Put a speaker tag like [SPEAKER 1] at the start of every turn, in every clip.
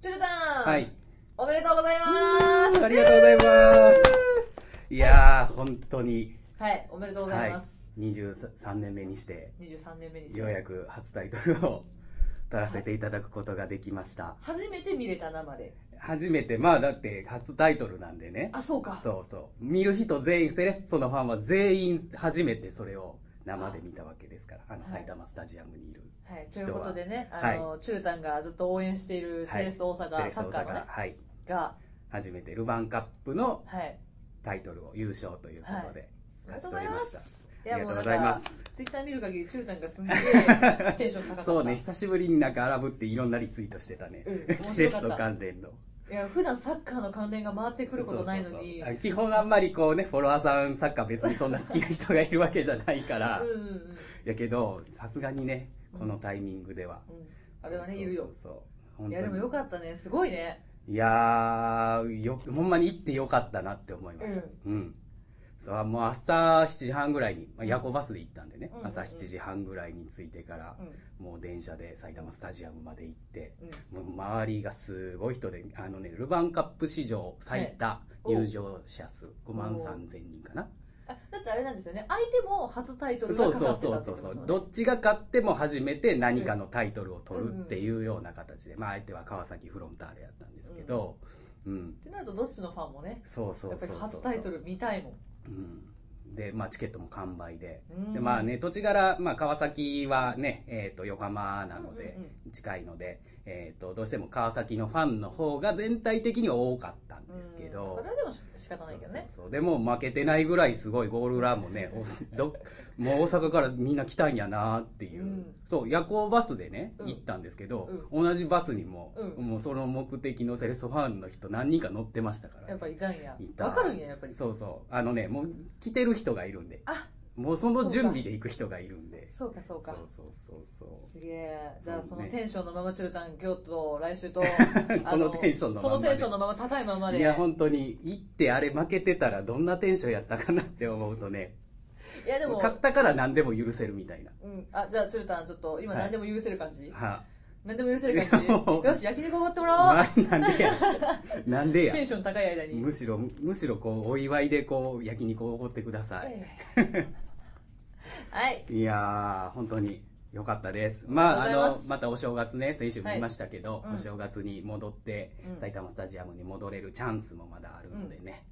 [SPEAKER 1] チュルタン、
[SPEAKER 2] はい。
[SPEAKER 1] おめでとうございます
[SPEAKER 2] ありがとうございます。いやー、本当に。
[SPEAKER 1] はい、おめでとうございます。
[SPEAKER 2] はい、23年目にして、
[SPEAKER 1] 23年目にして
[SPEAKER 2] ようやく初タイトルを取らせていただくことができました。
[SPEAKER 1] 初めて見れた生で。
[SPEAKER 2] 初めて、まあだって初タイトルなんでね。
[SPEAKER 1] あ、そうか。
[SPEAKER 2] そうそう。見る人全員、セレッソのファンは全員初めてそれを生で見たわけですから、あの
[SPEAKER 1] はい
[SPEAKER 2] 埼玉スタジアムにいる。
[SPEAKER 1] はい、ということでね、
[SPEAKER 2] は
[SPEAKER 1] あの、チュルタンがずっと応援しているセレッソ大阪、
[SPEAKER 2] セレッ
[SPEAKER 1] サ
[SPEAKER 2] ソ
[SPEAKER 1] ッ
[SPEAKER 2] 大
[SPEAKER 1] カーのね、、
[SPEAKER 2] 阪はい。
[SPEAKER 1] が、
[SPEAKER 2] 初めてルヴァンカップの
[SPEAKER 1] はい、
[SPEAKER 2] タイトルを優勝ということで、
[SPEAKER 1] ありがとう
[SPEAKER 2] 勝ち
[SPEAKER 1] ござ
[SPEAKER 2] 取
[SPEAKER 1] い
[SPEAKER 2] り
[SPEAKER 1] ま
[SPEAKER 2] ました。
[SPEAKER 1] す。
[SPEAKER 2] ありがとうございま
[SPEAKER 1] なんか、
[SPEAKER 2] す。
[SPEAKER 1] ツイッター見る限り、チュルタンがすんげえテンション高かった。
[SPEAKER 2] そうね、久しぶりになんか荒ぶっていろんなリツイートしてたね。
[SPEAKER 1] うん面白かった
[SPEAKER 2] セレッソ関連の。
[SPEAKER 1] いや、普段サッカーの関連が回ってくることないのに。
[SPEAKER 2] そうそうそう基本あんまりこうね、フォロワーさん、サッカー別にそんな好きな人がいるわけじゃないから。
[SPEAKER 1] うんうんうん
[SPEAKER 2] やけど、さすがにね、このタイミングでは。
[SPEAKER 1] うんあれはねいる
[SPEAKER 2] そ
[SPEAKER 1] よ
[SPEAKER 2] うそうそうそう。
[SPEAKER 1] いやでもよ
[SPEAKER 2] っ
[SPEAKER 1] かったねすごいね
[SPEAKER 2] た。いやー、よく、ほんまに行ってよかったなって思いました。うん。そう、もう朝7時半ぐらいに、まあ、夜行バスで行ったんでね、
[SPEAKER 1] うんうんうん
[SPEAKER 2] 朝7時半ぐらいに着いてから
[SPEAKER 1] うん、
[SPEAKER 2] もう電車で埼玉スタジアムまで行って、
[SPEAKER 1] うん
[SPEAKER 2] もう周りがすごい人で、あのね、ルヴァンカップ史上最多
[SPEAKER 1] いお
[SPEAKER 2] 入場者数5万3000人かな。
[SPEAKER 1] あだってあれなんですよね相手も初タイトル
[SPEAKER 2] そ
[SPEAKER 1] が
[SPEAKER 2] う
[SPEAKER 1] か
[SPEAKER 2] そ
[SPEAKER 1] か
[SPEAKER 2] う
[SPEAKER 1] って
[SPEAKER 2] そ
[SPEAKER 1] たっ
[SPEAKER 2] う
[SPEAKER 1] て
[SPEAKER 2] そ
[SPEAKER 1] ことだ
[SPEAKER 2] うそう
[SPEAKER 1] もんね
[SPEAKER 2] どっちが勝っても初めて何かのタイトルを取るっていうような形で、まあ相手は川崎フロンターレやったんですけど、うん、
[SPEAKER 1] ってなるとどっちのファンもね
[SPEAKER 2] そうそ
[SPEAKER 1] や
[SPEAKER 2] う
[SPEAKER 1] っぱ
[SPEAKER 2] そう
[SPEAKER 1] り
[SPEAKER 2] そう
[SPEAKER 1] 初タイトル見たいもん
[SPEAKER 2] うん、で、まあ、チケットも完売で。
[SPEAKER 1] うん
[SPEAKER 2] でまあね、土地柄、まあ、川崎はね、えー、と横浜なので
[SPEAKER 1] うんうん
[SPEAKER 2] 近いので、えー、とどうしても川崎のファンの方が全体的には多かったんですけ
[SPEAKER 1] うん
[SPEAKER 2] ど
[SPEAKER 1] それはでも仕方ないけどね
[SPEAKER 2] そうそうそうでも負けてないぐらいすごいゴールランもねおど もう大阪からみんな来たんやなっていう、
[SPEAKER 1] うん
[SPEAKER 2] そう夜行バスでね、
[SPEAKER 1] うん
[SPEAKER 2] 行ったんですけど、同じバスにも、
[SPEAKER 1] うん
[SPEAKER 2] もうその目的のセレッソファンの人何人か乗ってましたからね、
[SPEAKER 1] やっぱりいたんや
[SPEAKER 2] いた
[SPEAKER 1] わかるんややっぱり
[SPEAKER 2] そうそうあのねもう来てる人がいるんで
[SPEAKER 1] あ
[SPEAKER 2] もうその準備で行く人がいるんで
[SPEAKER 1] そうかそうか
[SPEAKER 2] そうそうそうそう
[SPEAKER 1] すげえじゃあ
[SPEAKER 2] そ
[SPEAKER 1] そう
[SPEAKER 2] ね
[SPEAKER 1] のテンションのままチュルタン今日と来 週と
[SPEAKER 2] このテンションのまんまで
[SPEAKER 1] そのテンションのまま高いままで
[SPEAKER 2] いや本当に行ってあれ負けてたらどんなテンションやったかなって思うとね
[SPEAKER 1] いやでも
[SPEAKER 2] 勝ったから何でも許せるみたいな
[SPEAKER 1] うん、あじゃあチュルタンちょっと今
[SPEAKER 2] はい
[SPEAKER 1] 何でも許せる感じ、
[SPEAKER 2] は
[SPEAKER 1] 何でも許せる 感じよし焼き肉おごってもらおう、
[SPEAKER 2] まあ、な んでやなんでや
[SPEAKER 1] テンション高い間に
[SPEAKER 2] むしろむしろこうお祝いでこう焼肉をおごってください、
[SPEAKER 1] はい。
[SPEAKER 2] いやー本当に良かったですまあ
[SPEAKER 1] ありがとうござい
[SPEAKER 2] あ
[SPEAKER 1] ま
[SPEAKER 2] の
[SPEAKER 1] す
[SPEAKER 2] またお正月ね先週も言いましたけど、
[SPEAKER 1] はいうん
[SPEAKER 2] お正月に戻って、
[SPEAKER 1] うん
[SPEAKER 2] 埼玉スタジアムに戻れるチャンスもまだあるのでね、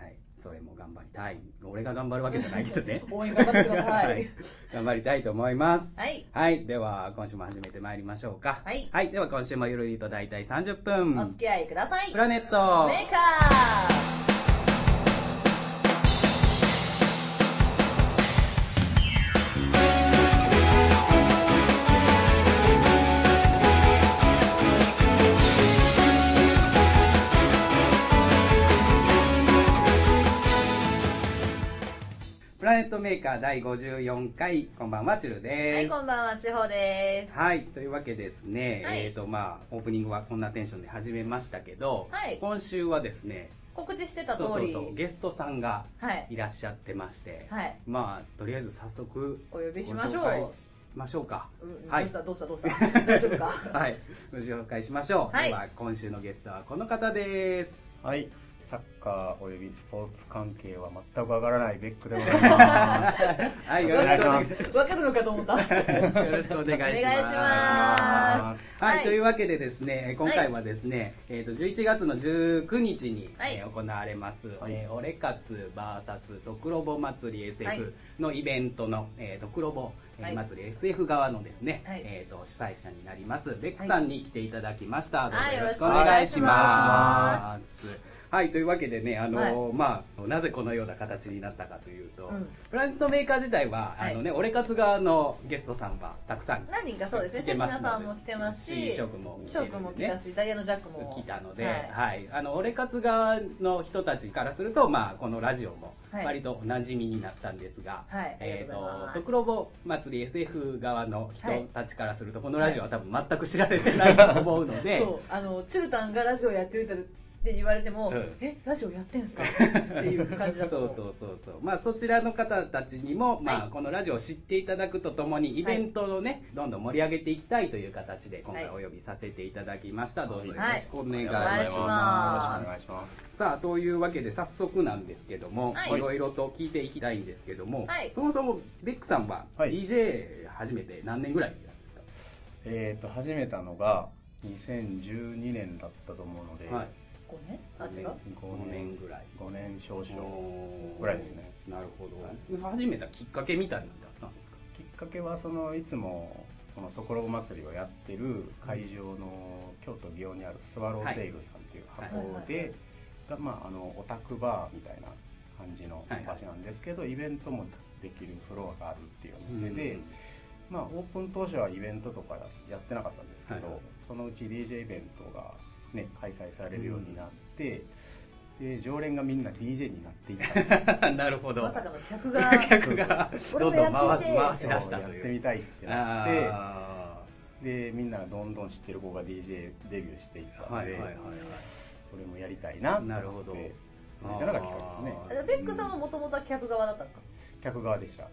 [SPEAKER 2] はい、それも頑張りたい俺が頑張るわけじゃないけどね
[SPEAKER 1] 応援頑張ってください
[SPEAKER 2] はい頑張りたいと思います
[SPEAKER 1] はい、
[SPEAKER 2] では今週も始めてまいりましょうか
[SPEAKER 1] はい
[SPEAKER 2] では今週もゆるりと大体30分
[SPEAKER 1] お付き合いください。
[SPEAKER 2] プ
[SPEAKER 1] メ
[SPEAKER 2] ラネット
[SPEAKER 1] ーカ
[SPEAKER 2] プラネットメーカー第54回こんばんはちゅ
[SPEAKER 1] ーは
[SPEAKER 2] るで
[SPEAKER 1] い、
[SPEAKER 2] す
[SPEAKER 1] こんばんは、しほです。
[SPEAKER 2] はい、というわけでですね、
[SPEAKER 1] はい
[SPEAKER 2] えっ、とまあオープニングはこんなテンションで始めましたけど、
[SPEAKER 1] はい
[SPEAKER 2] 今週はですね、
[SPEAKER 1] 告知してた通
[SPEAKER 2] そうそう
[SPEAKER 1] り。
[SPEAKER 2] そうゲストさんが
[SPEAKER 1] はい。
[SPEAKER 2] いらっしゃってまして、
[SPEAKER 1] はい。
[SPEAKER 2] まあとりあえず早速
[SPEAKER 1] お呼びしましょう
[SPEAKER 2] ご紹介。しましょうか。
[SPEAKER 1] うん
[SPEAKER 2] は
[SPEAKER 1] どう
[SPEAKER 2] い
[SPEAKER 1] し、たどうしたどう した大丈夫か
[SPEAKER 2] はい、ご紹介しましょう。
[SPEAKER 1] はい
[SPEAKER 2] では今週のゲストはこの方です。
[SPEAKER 3] はい、サッカーおよびスポーツ関係は全くわからないベックでございま
[SPEAKER 2] はい、よ
[SPEAKER 3] よろ
[SPEAKER 2] ろ
[SPEAKER 3] し
[SPEAKER 2] しくお願い
[SPEAKER 3] くお願いし。
[SPEAKER 2] し
[SPEAKER 1] わかるのかと思った。は
[SPEAKER 2] ます。よろしくお願い
[SPEAKER 1] お
[SPEAKER 2] します。
[SPEAKER 1] 願いします
[SPEAKER 2] はい、
[SPEAKER 1] はい
[SPEAKER 2] というわけでですね、えー今回はですね、えっ、と11月の19日に、
[SPEAKER 1] はい
[SPEAKER 2] えー行われます、
[SPEAKER 3] はい
[SPEAKER 2] えーオレカツバーサストクロボ祭り
[SPEAKER 1] はい
[SPEAKER 2] SF のイベントの、えー、トクロボ、えー
[SPEAKER 1] はい
[SPEAKER 2] 祭り SF 側のですね、
[SPEAKER 1] はい
[SPEAKER 2] えっ、と主催者になりますベックさんに来ていただきました。
[SPEAKER 1] はい
[SPEAKER 2] どうぞよろしくお願いし
[SPEAKER 1] は
[SPEAKER 2] ま
[SPEAKER 1] い
[SPEAKER 2] す。はい、というわけでね、あのーまあ、なぜこのような形になったかというと、
[SPEAKER 1] うん
[SPEAKER 2] プラネットメーカー自体は、
[SPEAKER 1] はい
[SPEAKER 2] あのね、オレカツ側のゲストさんはたくさん
[SPEAKER 1] 何人かそうですね、
[SPEAKER 2] 来て
[SPEAKER 1] せつ
[SPEAKER 2] ま
[SPEAKER 1] な
[SPEAKER 2] すので
[SPEAKER 1] さんも来てますし、
[SPEAKER 2] ショックも来て
[SPEAKER 1] ショ
[SPEAKER 2] るんでね
[SPEAKER 1] ックも来たし、ダイヤのジャックも
[SPEAKER 2] 来たので、
[SPEAKER 1] は
[SPEAKER 2] はいいあの俺勝側の人たちからすると、まあ、このラジオも
[SPEAKER 1] はい
[SPEAKER 2] 割とおなじみになったんですが、
[SPEAKER 1] はい
[SPEAKER 2] えー、
[SPEAKER 1] ありがとうございます
[SPEAKER 2] とトクロボ祭り SF 側の人
[SPEAKER 1] はい
[SPEAKER 2] たちからする と、このラジオは多分全く知られてないと思うので、
[SPEAKER 1] そう、あの、チュルタンがラジオやってるってって言われても、
[SPEAKER 2] うん
[SPEAKER 1] えラジオやってんす かっていう感じだと
[SPEAKER 2] そ
[SPEAKER 1] 思
[SPEAKER 2] う
[SPEAKER 1] う
[SPEAKER 2] そうそうそうまあそちらの方たちにも、ま
[SPEAKER 1] は
[SPEAKER 2] あ
[SPEAKER 1] い
[SPEAKER 2] このラジオを知っていただくとともにイベントをね、どんどん盛り上げていきたいという形で今回お呼びさせていただきました、どうぞよろし くお願
[SPEAKER 1] はい
[SPEAKER 2] いします,、
[SPEAKER 1] お願いします
[SPEAKER 3] よろしくお願いし
[SPEAKER 2] さあというわけで早速なんですけども、
[SPEAKER 1] はい
[SPEAKER 2] いろいろと聞いていきたいんですけども、
[SPEAKER 1] はい
[SPEAKER 2] そもそもベックさんは
[SPEAKER 3] はい
[SPEAKER 2] DJ 始めて何年ぐらいなんですか、
[SPEAKER 3] えっ、と始めたのが2012年だったと思うので、
[SPEAKER 2] はい、
[SPEAKER 1] 5年あ違う
[SPEAKER 3] 5
[SPEAKER 2] 5
[SPEAKER 3] 年
[SPEAKER 2] 年ぐらい
[SPEAKER 3] 5年少々
[SPEAKER 2] おー
[SPEAKER 3] ぐらいですね
[SPEAKER 2] なるほど、始めたきっかけみたいなのってあったんですか
[SPEAKER 3] きっかけはそのいつもこのところご祭りをやってる会場の京都祇園にあるスワローデイルさんっていう
[SPEAKER 1] は
[SPEAKER 3] 箱
[SPEAKER 1] いはいはい
[SPEAKER 3] でがまああのオタクバーみたいな感じの
[SPEAKER 2] はいはい
[SPEAKER 3] 場所なんですけどイベントもできるフロアがあるっていうお店で、
[SPEAKER 2] うん
[SPEAKER 3] まあ、オープン当初はイベントとかやってなかったんですけど、
[SPEAKER 2] はいはい
[SPEAKER 3] そのうち DJ イベントが、ね、開催されるようになって、で常連がみんな DJ になっていったんですよ
[SPEAKER 2] なるほど。
[SPEAKER 1] まさかの客が
[SPEAKER 2] 客がどんどん回
[SPEAKER 1] 俺も
[SPEAKER 2] し
[SPEAKER 1] や
[SPEAKER 2] 回
[SPEAKER 1] って
[SPEAKER 2] し出した
[SPEAKER 3] や
[SPEAKER 2] と
[SPEAKER 3] っ
[SPEAKER 2] いう。
[SPEAKER 3] てみたいってなって
[SPEAKER 2] あ
[SPEAKER 3] でみんなどんどん知ってる子が DJ デビューしていった
[SPEAKER 2] ー
[SPEAKER 3] の
[SPEAKER 2] はい
[SPEAKER 3] で、
[SPEAKER 2] はいはいはい。
[SPEAKER 3] 俺もやりたいなと思って
[SPEAKER 2] なるほど
[SPEAKER 3] みたいなのがきっかけですね
[SPEAKER 2] あー
[SPEAKER 1] ベックさんはもともとは客側だったんですか、
[SPEAKER 3] 客側でした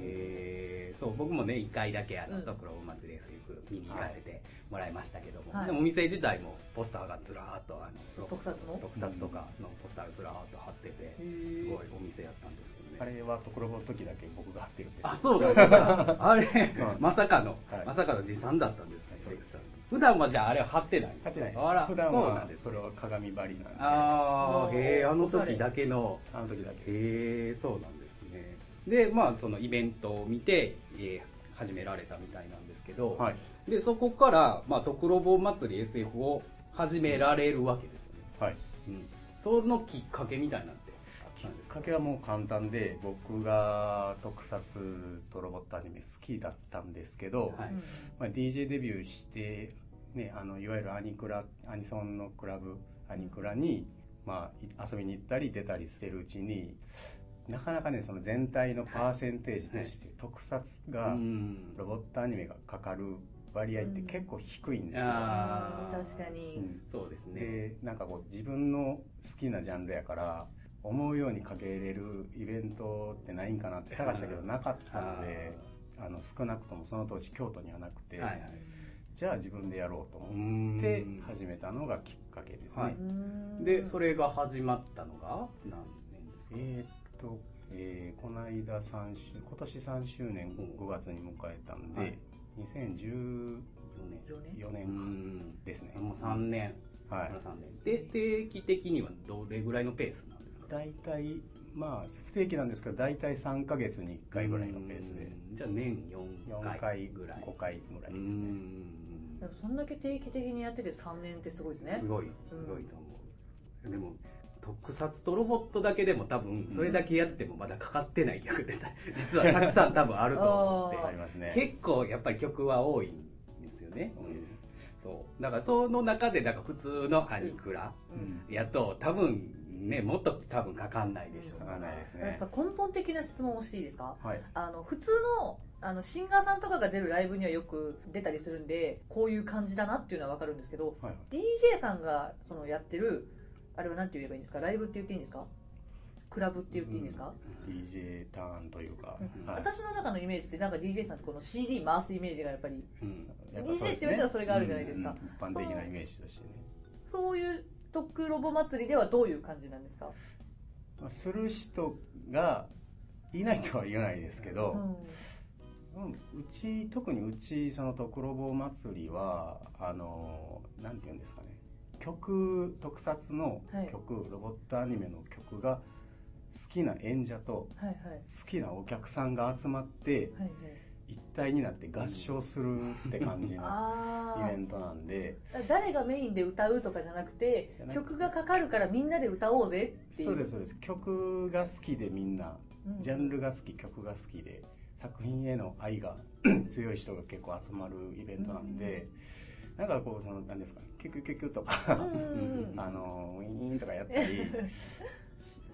[SPEAKER 2] えーそう僕もね1回だけあの
[SPEAKER 1] うん
[SPEAKER 2] ところお祭りですよく見に行かせてもらいましたけども、
[SPEAKER 1] はい
[SPEAKER 2] でもお店自体もポスターがずらーっとあの
[SPEAKER 1] 特撮の
[SPEAKER 2] 特撮とかのポスターがずらーっと貼ってて、すごいお店やったんですけ
[SPEAKER 3] あ
[SPEAKER 2] どね。
[SPEAKER 3] れはところの時だけ僕が貼ってるんです
[SPEAKER 2] あそうなんですか あれ
[SPEAKER 3] そうなんです
[SPEAKER 2] まさかの、
[SPEAKER 3] はい
[SPEAKER 2] まさかの持参だったんですね
[SPEAKER 3] そうです
[SPEAKER 2] 普段はじゃああれは貼ってないんですか
[SPEAKER 3] 貼ってないです
[SPEAKER 2] あら
[SPEAKER 3] 普段
[SPEAKER 2] そうな
[SPEAKER 3] は
[SPEAKER 2] んです
[SPEAKER 3] それは鏡張りなんであ
[SPEAKER 2] ああ
[SPEAKER 1] あー
[SPEAKER 2] へえあの時だけの
[SPEAKER 3] の時だけです
[SPEAKER 2] へえそうなんですねでまあそのイベントを見て、えー始められたみたいなんですけど、
[SPEAKER 3] はい
[SPEAKER 2] でそこからまあとくろぼ祭り SF を始められるわけですよね、
[SPEAKER 3] はい
[SPEAKER 2] うん、そのきっかけみたいなんてあっ
[SPEAKER 3] き
[SPEAKER 2] た
[SPEAKER 3] っ
[SPEAKER 2] んです
[SPEAKER 3] かけはもう簡単で僕が特撮とロボットアニメ好きだったんですけど、
[SPEAKER 2] はい
[SPEAKER 1] うん
[SPEAKER 3] まあ、DJ デビューして、ね、あのいわゆるアニクラアニソンのクラブアニクラに、まあ、い遊びに行ったり出たりしてるうちになかなかねその全体のパーセンテージとして特撮
[SPEAKER 2] う
[SPEAKER 3] が
[SPEAKER 2] ん
[SPEAKER 3] ロボットアニメがかかる割合って結構低いんですよ。
[SPEAKER 2] あ
[SPEAKER 1] あ
[SPEAKER 2] あ
[SPEAKER 1] ー
[SPEAKER 2] ー
[SPEAKER 1] 確か
[SPEAKER 3] う
[SPEAKER 1] に、
[SPEAKER 3] ん
[SPEAKER 2] そうですね
[SPEAKER 3] でなんかこう自分の好きなジャンルやから思うようにかけれるイベントってないんかなって探したけどなかったのであの少なくともその当時京都にはなくて、
[SPEAKER 2] はいはい
[SPEAKER 3] じゃあ自分でやろうと
[SPEAKER 2] う
[SPEAKER 3] 思
[SPEAKER 2] ん
[SPEAKER 3] って始めたのがきっかけですね、
[SPEAKER 2] はい
[SPEAKER 1] うん
[SPEAKER 2] でそれが始まったのが何年ですか、
[SPEAKER 3] えーっと、えーこの間3週今年3周年
[SPEAKER 2] うん
[SPEAKER 3] 5月に迎えたんで、
[SPEAKER 2] はい
[SPEAKER 3] 2014
[SPEAKER 2] 4年
[SPEAKER 1] 4年
[SPEAKER 2] う
[SPEAKER 3] 年か
[SPEAKER 2] ん
[SPEAKER 3] ですね、
[SPEAKER 2] もう3年
[SPEAKER 3] は
[SPEAKER 2] から
[SPEAKER 3] い
[SPEAKER 2] 3年で定期的にはどれぐらいのペースなんですか
[SPEAKER 3] 大体まあ不定期なんですけど大体3か月に1回ぐらいのペースで
[SPEAKER 2] うんじゃあ年4
[SPEAKER 3] 4
[SPEAKER 2] 回
[SPEAKER 3] 回
[SPEAKER 2] ぐらい
[SPEAKER 3] 5回ぐらいで
[SPEAKER 2] う
[SPEAKER 3] すね
[SPEAKER 2] ん
[SPEAKER 1] でもそんだけ定期的にやってて3年ってすごいですね
[SPEAKER 2] すごいすごいと思う、でも特撮とロボットだけでも多分それだけやってもまだかかってない曲で 実はたくさん多分あると思
[SPEAKER 1] うん
[SPEAKER 3] あ
[SPEAKER 2] っ
[SPEAKER 3] ります
[SPEAKER 2] て
[SPEAKER 3] ね
[SPEAKER 2] 結構やっぱり曲は多いんですよね、
[SPEAKER 3] 多いです
[SPEAKER 2] そうだからその中でだから普通のアニクラ
[SPEAKER 3] うん
[SPEAKER 2] やと多分ねもっと多分かかんないでしょう
[SPEAKER 3] し
[SPEAKER 2] か
[SPEAKER 3] ょう
[SPEAKER 2] ら
[SPEAKER 3] がないです
[SPEAKER 1] なんか
[SPEAKER 3] ね
[SPEAKER 1] さ根本的な質問をしていいですか
[SPEAKER 3] はい
[SPEAKER 1] あの普通のあのシンガーさんとかが出るライブにはよく出たりするんでこういう感じだなっていうのは分かるんですけど
[SPEAKER 3] はい
[SPEAKER 1] DJ さんがそのやってるあれは何て言えばいいんですかライブって言っていいんですかクラブって言っていいんですか、
[SPEAKER 3] DJ ターンというか、
[SPEAKER 1] うん
[SPEAKER 3] はい
[SPEAKER 1] 私の中のイメージってなんか DJ さんってこの CD 回すイメージがやっぱり
[SPEAKER 2] うん
[SPEAKER 3] やっぱそうです
[SPEAKER 1] DJ
[SPEAKER 3] ね
[SPEAKER 1] って言われたらそれがあるじゃないですか
[SPEAKER 3] うんうん一般的なイメージとしてね、
[SPEAKER 1] そういうトックロボ祭りではどういう感じなんですか、
[SPEAKER 3] まあ、する人がいないとは言わないですけ
[SPEAKER 1] う
[SPEAKER 3] ど、
[SPEAKER 1] ん
[SPEAKER 3] うんうち特にうちそのとくろぼ祭りはあのなんて言うんですかね曲特撮の曲、ロボットアニメの曲が好きな演者と
[SPEAKER 1] はいはい
[SPEAKER 3] 好きなお客さんが集まって
[SPEAKER 1] はいはい
[SPEAKER 3] 一体になって合唱するって感 じのイ
[SPEAKER 1] あ
[SPEAKER 3] ベントなんで
[SPEAKER 1] あ誰がメインで歌うとかじゃなくて
[SPEAKER 3] じゃなくて
[SPEAKER 1] 曲がかかるからみんなで歌おうぜっていう
[SPEAKER 3] そうですそうです曲が好きでみんな
[SPEAKER 1] うん
[SPEAKER 3] ジャンルが好き曲が好きで作品への愛が 強い人が結構集まるイベントなんで、なんかこうその何ですかねキュキュキュキュとか、
[SPEAKER 1] うんうんうん
[SPEAKER 3] あのウィーンとかやった りす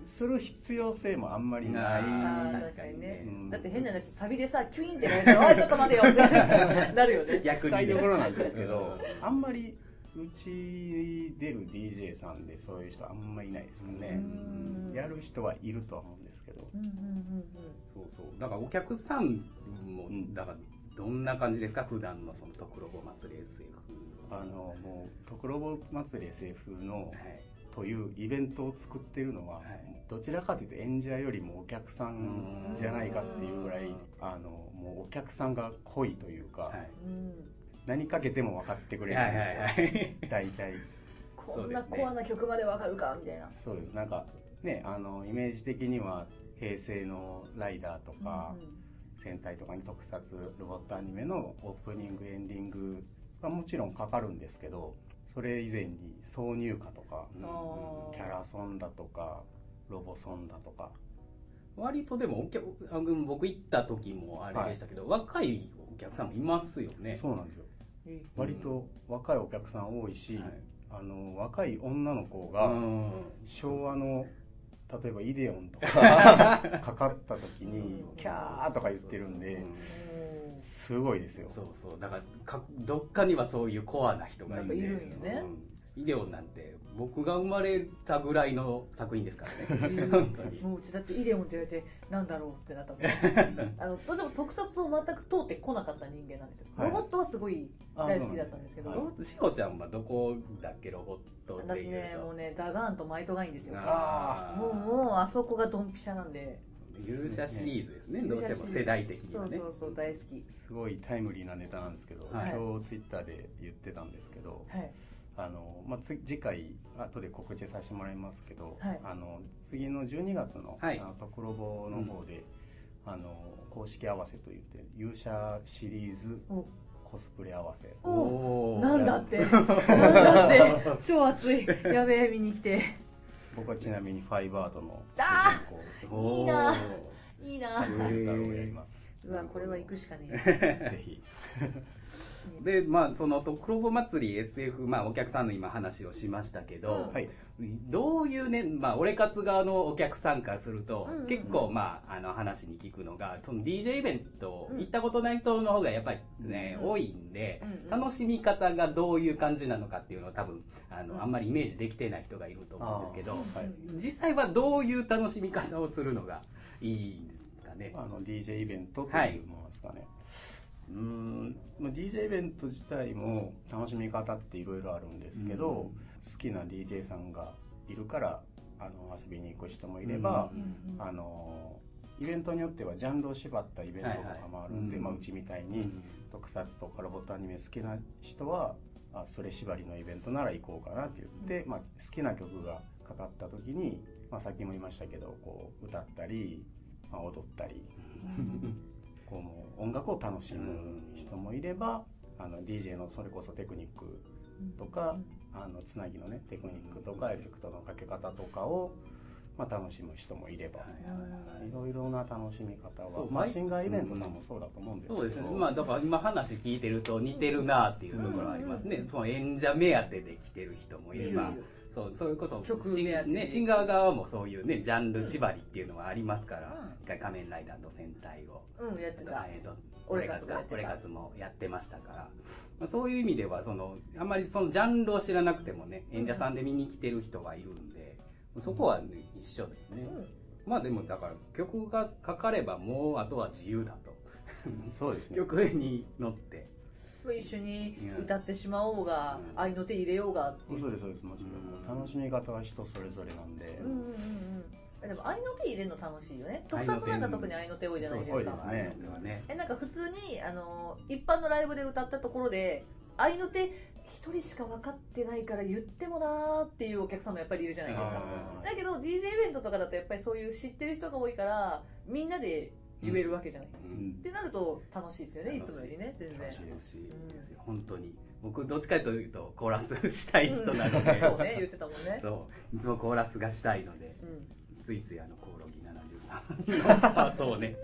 [SPEAKER 3] する必要性もあんまりない
[SPEAKER 1] あー
[SPEAKER 2] 確かに
[SPEAKER 1] 確
[SPEAKER 2] ね
[SPEAKER 1] か
[SPEAKER 3] う ん
[SPEAKER 1] だって変な話サビでさキュインってなるから「おいちょっと待てよ」ってなるよね
[SPEAKER 2] 逆
[SPEAKER 3] 使
[SPEAKER 2] に
[SPEAKER 3] いどこ
[SPEAKER 2] ね
[SPEAKER 3] ろなんですけどあんまりうちに出る DJ さんでそういう人あんまいないですかね
[SPEAKER 1] うん
[SPEAKER 3] やる人はいるとは思うんですけど
[SPEAKER 1] うんうんうん
[SPEAKER 2] そうそうだからお客さんも
[SPEAKER 3] うん
[SPEAKER 2] だからどんな感じですか普段のそのとくろぼ祭り SF
[SPEAKER 3] あのもう「ところぼ祭り SF の
[SPEAKER 2] はい」
[SPEAKER 3] というイベントを作ってるのは、
[SPEAKER 2] はい
[SPEAKER 3] どちらかというと演者よりもお客さんじゃないかっていうぐらい
[SPEAKER 2] うん
[SPEAKER 3] あのもうお客さんが濃いというか、
[SPEAKER 2] はい
[SPEAKER 1] うんうん
[SPEAKER 3] 何かけても分かってくれ
[SPEAKER 2] は
[SPEAKER 3] るん
[SPEAKER 2] い
[SPEAKER 3] で
[SPEAKER 2] は
[SPEAKER 3] すよ、
[SPEAKER 2] いはい
[SPEAKER 3] 大体
[SPEAKER 1] こ
[SPEAKER 2] そうんで
[SPEAKER 1] な
[SPEAKER 2] すね
[SPEAKER 1] コアな曲までわかるかみたいな
[SPEAKER 3] そうですなんかねあのイメージ的には平成のライダーとか、戦隊とかに特撮ロボットアニメのオープニングエンディングはもちろんかかるんですけどそれ以前に挿入歌とか
[SPEAKER 2] うん
[SPEAKER 1] あー
[SPEAKER 3] キャラソンだとかロボソンだとか
[SPEAKER 2] 割とでもお客あの僕行った時もあれでしたけど、若いお客さんもいますよね
[SPEAKER 3] そうなんですよ
[SPEAKER 1] うんうん
[SPEAKER 3] 割と若いお客さん多いし、
[SPEAKER 2] はい
[SPEAKER 3] あの若い女の子が
[SPEAKER 2] うん
[SPEAKER 3] 昭和の例えばイデオン とかかかった時にキャーとか言ってるん
[SPEAKER 2] う
[SPEAKER 3] で
[SPEAKER 2] ん
[SPEAKER 1] おー
[SPEAKER 3] すごいですよ
[SPEAKER 2] そうそうだからかどっかにはそういうコアな人が
[SPEAKER 1] やっ
[SPEAKER 2] いて
[SPEAKER 1] ぱいるんよね
[SPEAKER 2] うんイデオンなんて僕が生まれたぐらいの作品ですからね本当に
[SPEAKER 1] もううちだってイデオンって言われてなんだろうってな ったもんあのどうしても特撮を全く通ってこなかった人間なんですよ、
[SPEAKER 3] はい
[SPEAKER 1] ロボットはすごい
[SPEAKER 3] あ
[SPEAKER 1] 大好きだったんですけど
[SPEAKER 3] は
[SPEAKER 2] ロボットしおちゃんはどこだっけロボットって
[SPEAKER 1] 私
[SPEAKER 2] いうと
[SPEAKER 1] ねもうねダガーンとマイトガインですよ
[SPEAKER 3] あ
[SPEAKER 2] あー
[SPEAKER 1] もうもうあそこがドンピシャなんで
[SPEAKER 2] 勇者シリーズですね
[SPEAKER 1] ね
[SPEAKER 2] どうしても世代的に
[SPEAKER 1] そ
[SPEAKER 2] は
[SPEAKER 1] う
[SPEAKER 2] ね
[SPEAKER 1] そうそう大好き
[SPEAKER 3] すごいタイムリーなネタなんですけど、
[SPEAKER 2] はい
[SPEAKER 3] 今日ツイッターで言ってたんですけど
[SPEAKER 1] はい
[SPEAKER 3] あの、まあ、つ次回後で告知させてもらいますけど、
[SPEAKER 1] はい
[SPEAKER 3] あの次の12月の「
[SPEAKER 2] はい
[SPEAKER 3] あのところぼ」の方で、あの公式合わせといって勇者シリーズ
[SPEAKER 1] お
[SPEAKER 3] コスプレ合わせ
[SPEAKER 1] お
[SPEAKER 2] おー
[SPEAKER 1] なんだって なんだって超熱いやべえ見に来て
[SPEAKER 3] 僕はちなみにファイバードの
[SPEAKER 1] あ
[SPEAKER 3] 主人公
[SPEAKER 1] いいなないいな
[SPEAKER 3] ハリウッド太郎をやります、
[SPEAKER 1] うわこれは行くしかね
[SPEAKER 3] ぜひ
[SPEAKER 1] え
[SPEAKER 2] でまあそのと黒ぼ祭り SF まあお客さんの今話をしましたけど、
[SPEAKER 3] はい
[SPEAKER 2] どういうね、まあ、俺活側のお客さんからすると、
[SPEAKER 1] うんうんうん
[SPEAKER 2] 結構、まあ、あの話に聞くのがその DJ イベント
[SPEAKER 1] うん
[SPEAKER 2] 行ったことない人の方がやっぱりね、
[SPEAKER 1] うん
[SPEAKER 2] 多いんで、
[SPEAKER 1] うんうん
[SPEAKER 2] 楽しみ方がどういう感じなのかっていうのを多分あの、
[SPEAKER 1] うん
[SPEAKER 2] あんまりイメージできてない人がいると思うんですけど
[SPEAKER 3] あーはい
[SPEAKER 2] 実際はどういう楽しみ方をするのがいいんですかね。
[SPEAKER 3] あの DJ イベントと
[SPEAKER 2] はい
[SPEAKER 3] いうものですかね、うーんまあ DJ イベント自体も楽しみ方っていろいろあるんですけど、
[SPEAKER 2] うん
[SPEAKER 3] 好きな DJ さんがいるからあの遊びに行く人もいれば、
[SPEAKER 1] うん
[SPEAKER 3] あのイベントによってはジャンルを縛ったイベントとかもあるんで、
[SPEAKER 2] はいはい
[SPEAKER 3] まあ、
[SPEAKER 2] うん
[SPEAKER 3] うちみたいうに
[SPEAKER 2] ん
[SPEAKER 3] 特撮とかロボットアニメ好きな人はあそれ縛りのイベントなら行こうかなって言って、まあ、好きな曲がかかった時に、まあ、さっきも言いましたけどこう歌ったり、まあ、踊ったりこうもう音楽を楽しむ人もいれば、あの DJ のそれこそテクニックとかあのつなぎのねテクニックとかエフェクトのかけ方とかを、まあ、楽しむ人もいれば。
[SPEAKER 2] はい
[SPEAKER 3] い
[SPEAKER 2] はいはい
[SPEAKER 3] ろいろな楽しみ方
[SPEAKER 2] そ
[SPEAKER 3] は
[SPEAKER 2] う、
[SPEAKER 3] まあ、
[SPEAKER 2] 毎
[SPEAKER 3] シンガーイベントさんもそうだと思うんですけど、
[SPEAKER 2] そうですね、まあ、だから今話聞いてると似てるなっていうところはありますね、
[SPEAKER 1] うん
[SPEAKER 2] その演者目当てで来てる人もい
[SPEAKER 1] い る
[SPEAKER 2] れ
[SPEAKER 1] い
[SPEAKER 2] ば
[SPEAKER 1] る
[SPEAKER 2] そうそれこそ
[SPEAKER 1] 曲
[SPEAKER 2] シン,、
[SPEAKER 1] 目当てに
[SPEAKER 2] ね、シンガー側もそういうねジャンル縛りっていうのはありますから
[SPEAKER 1] うん
[SPEAKER 2] 一回「仮面ライダー」と「戦隊」を。
[SPEAKER 1] うんやってた
[SPEAKER 2] えーと
[SPEAKER 1] 俺活がやってた
[SPEAKER 2] 俺活もやってましたから、まあ、そういう意味ではそのあんまりそのジャンルを知らなくてもね演者さんで見に来てる人はいるんで、そこは、ね、一緒ですね、
[SPEAKER 1] うん
[SPEAKER 2] まあでもだから曲がかかればもうあとは自由だと
[SPEAKER 3] そうですね
[SPEAKER 2] 曲に乗って
[SPEAKER 1] 一緒に歌ってしまおうが、
[SPEAKER 2] うん
[SPEAKER 1] 愛の手入れようがっていう
[SPEAKER 3] そうですそうですもちろんもう楽しみ方は人それぞれなんで、
[SPEAKER 1] うんうんうんうんでも愛の手入れるの楽しいよね特撮なんか特に愛の手多いじゃないですか
[SPEAKER 3] そうですね
[SPEAKER 2] ではね
[SPEAKER 1] えなんか普通にあの一般のライブで歌ったところで愛の手一人しか分かってないから言ってもなーっていうお客さんもやっぱりいるじゃないですか
[SPEAKER 3] あー
[SPEAKER 1] だけど DJ イベントとかだとやっぱりそういう知ってる人が多いからみんなで言えるわけじゃない、
[SPEAKER 2] う
[SPEAKER 3] うんん
[SPEAKER 1] ってなると楽しいですよねい
[SPEAKER 2] 楽し
[SPEAKER 1] つ
[SPEAKER 2] い
[SPEAKER 1] もよりね全然
[SPEAKER 3] 楽しい
[SPEAKER 2] 楽しいですよ本当に僕どっちかというとコーラスしたい人なの
[SPEAKER 1] うん
[SPEAKER 2] で
[SPEAKER 1] そうね言ってたもんね
[SPEAKER 2] そういつもコーラスがしたいので
[SPEAKER 1] うん
[SPEAKER 2] ついついあのコオロギ73のパートをね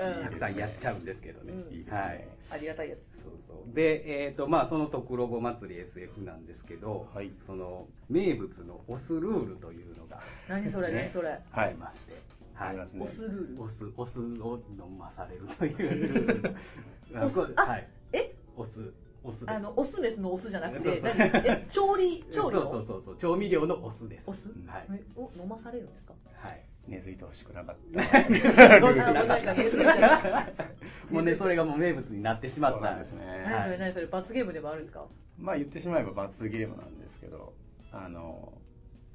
[SPEAKER 1] うん
[SPEAKER 2] たくさんやっちゃうんですけどね、
[SPEAKER 1] うん
[SPEAKER 3] いいですね、
[SPEAKER 2] はい
[SPEAKER 1] ありがたいやつ
[SPEAKER 2] そうそうでえっ、とまあそのとくろご祭り SF なんですけど、
[SPEAKER 3] はい
[SPEAKER 2] その名物のオスルールというのが
[SPEAKER 1] 何それ
[SPEAKER 2] ね
[SPEAKER 1] 何それ
[SPEAKER 2] ありまして、
[SPEAKER 3] ありますね
[SPEAKER 1] オスルール
[SPEAKER 2] お酢 お酢を飲まされるというあのこ
[SPEAKER 1] あ
[SPEAKER 2] はい
[SPEAKER 1] え
[SPEAKER 2] お酢お酢です
[SPEAKER 1] あのオスメスのオスじゃなくて
[SPEAKER 2] そうそう
[SPEAKER 1] 何え調理調理
[SPEAKER 2] そう
[SPEAKER 1] の
[SPEAKER 2] そうそうそう調味料のお酢です
[SPEAKER 1] お酢
[SPEAKER 2] はい
[SPEAKER 1] えお飲まされるん ですか
[SPEAKER 2] はい
[SPEAKER 3] 根付いてほしくなかっ
[SPEAKER 1] あ
[SPEAKER 3] た。
[SPEAKER 1] もうなんか言ってるじゃない
[SPEAKER 2] もうねそれがもう名物になってしま
[SPEAKER 3] そ
[SPEAKER 2] っ
[SPEAKER 3] うな
[SPEAKER 2] た
[SPEAKER 3] んですね。
[SPEAKER 1] 何それ何それ罰ゲームでもあるんですか
[SPEAKER 3] まあ言ってしまえば罰ゲームなんですけどあの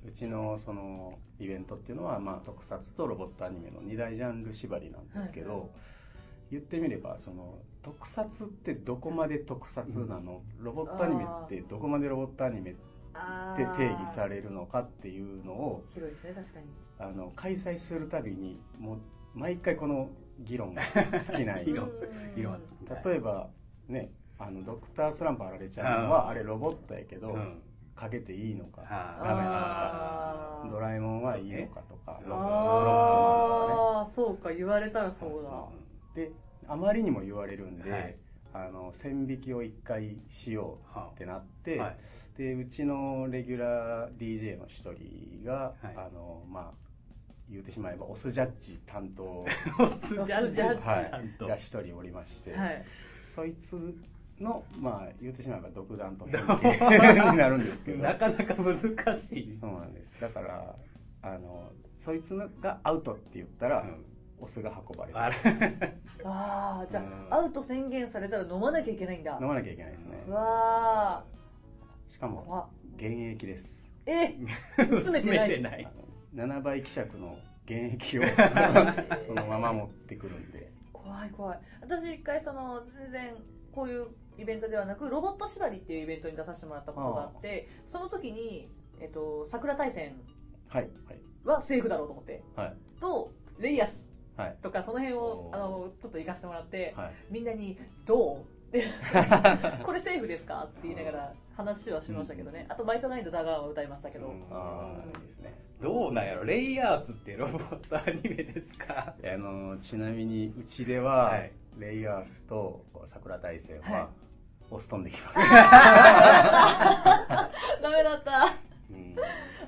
[SPEAKER 3] うちのそのイベントっていうのは、まあ、特撮とロボットアニメの2大ジャンル縛りなんですけど、
[SPEAKER 1] はいは
[SPEAKER 3] 言ってみればその特撮ってどこまで特撮なの、ロボットアニメってどこまでロボットアニメって
[SPEAKER 1] あ
[SPEAKER 3] 定義さ
[SPEAKER 1] れ
[SPEAKER 3] れるのかっていうのを
[SPEAKER 1] 広いですね確かに
[SPEAKER 3] あの開催するたびにもう毎回この議論が尽きな い
[SPEAKER 2] 議論
[SPEAKER 1] うん
[SPEAKER 2] 色がつく
[SPEAKER 3] 例えばねあのドクタースランプあられちゃんは
[SPEAKER 2] あー
[SPEAKER 3] あれロボットやけど、
[SPEAKER 2] うん
[SPEAKER 3] かけていいのか、
[SPEAKER 2] は
[SPEAKER 3] ダメだ
[SPEAKER 1] あー
[SPEAKER 3] ドラえもんはいいのかとか、
[SPEAKER 2] そうね
[SPEAKER 1] ああそうか言われたらそうだ
[SPEAKER 3] うんであまりにも言われるんで、
[SPEAKER 2] はい
[SPEAKER 3] あの線引きを一回しよ
[SPEAKER 2] は
[SPEAKER 3] うってなって、
[SPEAKER 2] はい
[SPEAKER 3] でうちのレギュラー DJ の一人が、
[SPEAKER 2] はい
[SPEAKER 3] あのまあ言ってしまえばオスジャッジ担当
[SPEAKER 2] お酢ジャッジ
[SPEAKER 1] お酢ジャッジ
[SPEAKER 3] はい
[SPEAKER 2] 担当
[SPEAKER 3] が一人おりま して、
[SPEAKER 1] はい
[SPEAKER 3] そいつのまあ言ってしまえば独断と偏見になるんですけど
[SPEAKER 2] なかなか難しい
[SPEAKER 3] そうなんですだからあのそいつがアウトって言ったら、オスが運ばれて
[SPEAKER 2] あれ
[SPEAKER 1] ああじゃ
[SPEAKER 3] うん
[SPEAKER 1] あアウト宣言されたら飲まなきゃいけないんだ
[SPEAKER 3] 飲まなきゃいけないですね
[SPEAKER 1] うわ
[SPEAKER 3] しか
[SPEAKER 1] ー
[SPEAKER 3] も
[SPEAKER 1] 怖っ
[SPEAKER 3] 現役です
[SPEAKER 1] え薄めてない
[SPEAKER 2] 薄め
[SPEAKER 3] あの7倍希釈の現役を そのまま持ってくるんで
[SPEAKER 1] 怖い怖い私一回その全然こういうイベントではなくロボット縛りっていうイベントに出させてもらったことがあってその時に、えっと、桜大戦
[SPEAKER 3] はいはい
[SPEAKER 1] はセーフだろうと思って
[SPEAKER 3] はい
[SPEAKER 1] とレイアス
[SPEAKER 3] はい
[SPEAKER 1] とかその辺を
[SPEAKER 3] おー
[SPEAKER 1] あのちょっと行かせてもらって、
[SPEAKER 3] はい
[SPEAKER 1] みんなに「どう?」 って「これセーフですか?」って言いながら話はしましたけどね、あと「バイトナイトダガー」は歌いましたけど、
[SPEAKER 2] うん
[SPEAKER 3] ああいいですね
[SPEAKER 2] どうなんやろレイヤーズってロボットアニメですか
[SPEAKER 3] あのちなみにうちでは、
[SPEAKER 2] はい
[SPEAKER 3] レイヤースと桜大戦は、
[SPEAKER 1] はい
[SPEAKER 3] オス飛んできます、
[SPEAKER 1] ダメだった
[SPEAKER 3] うん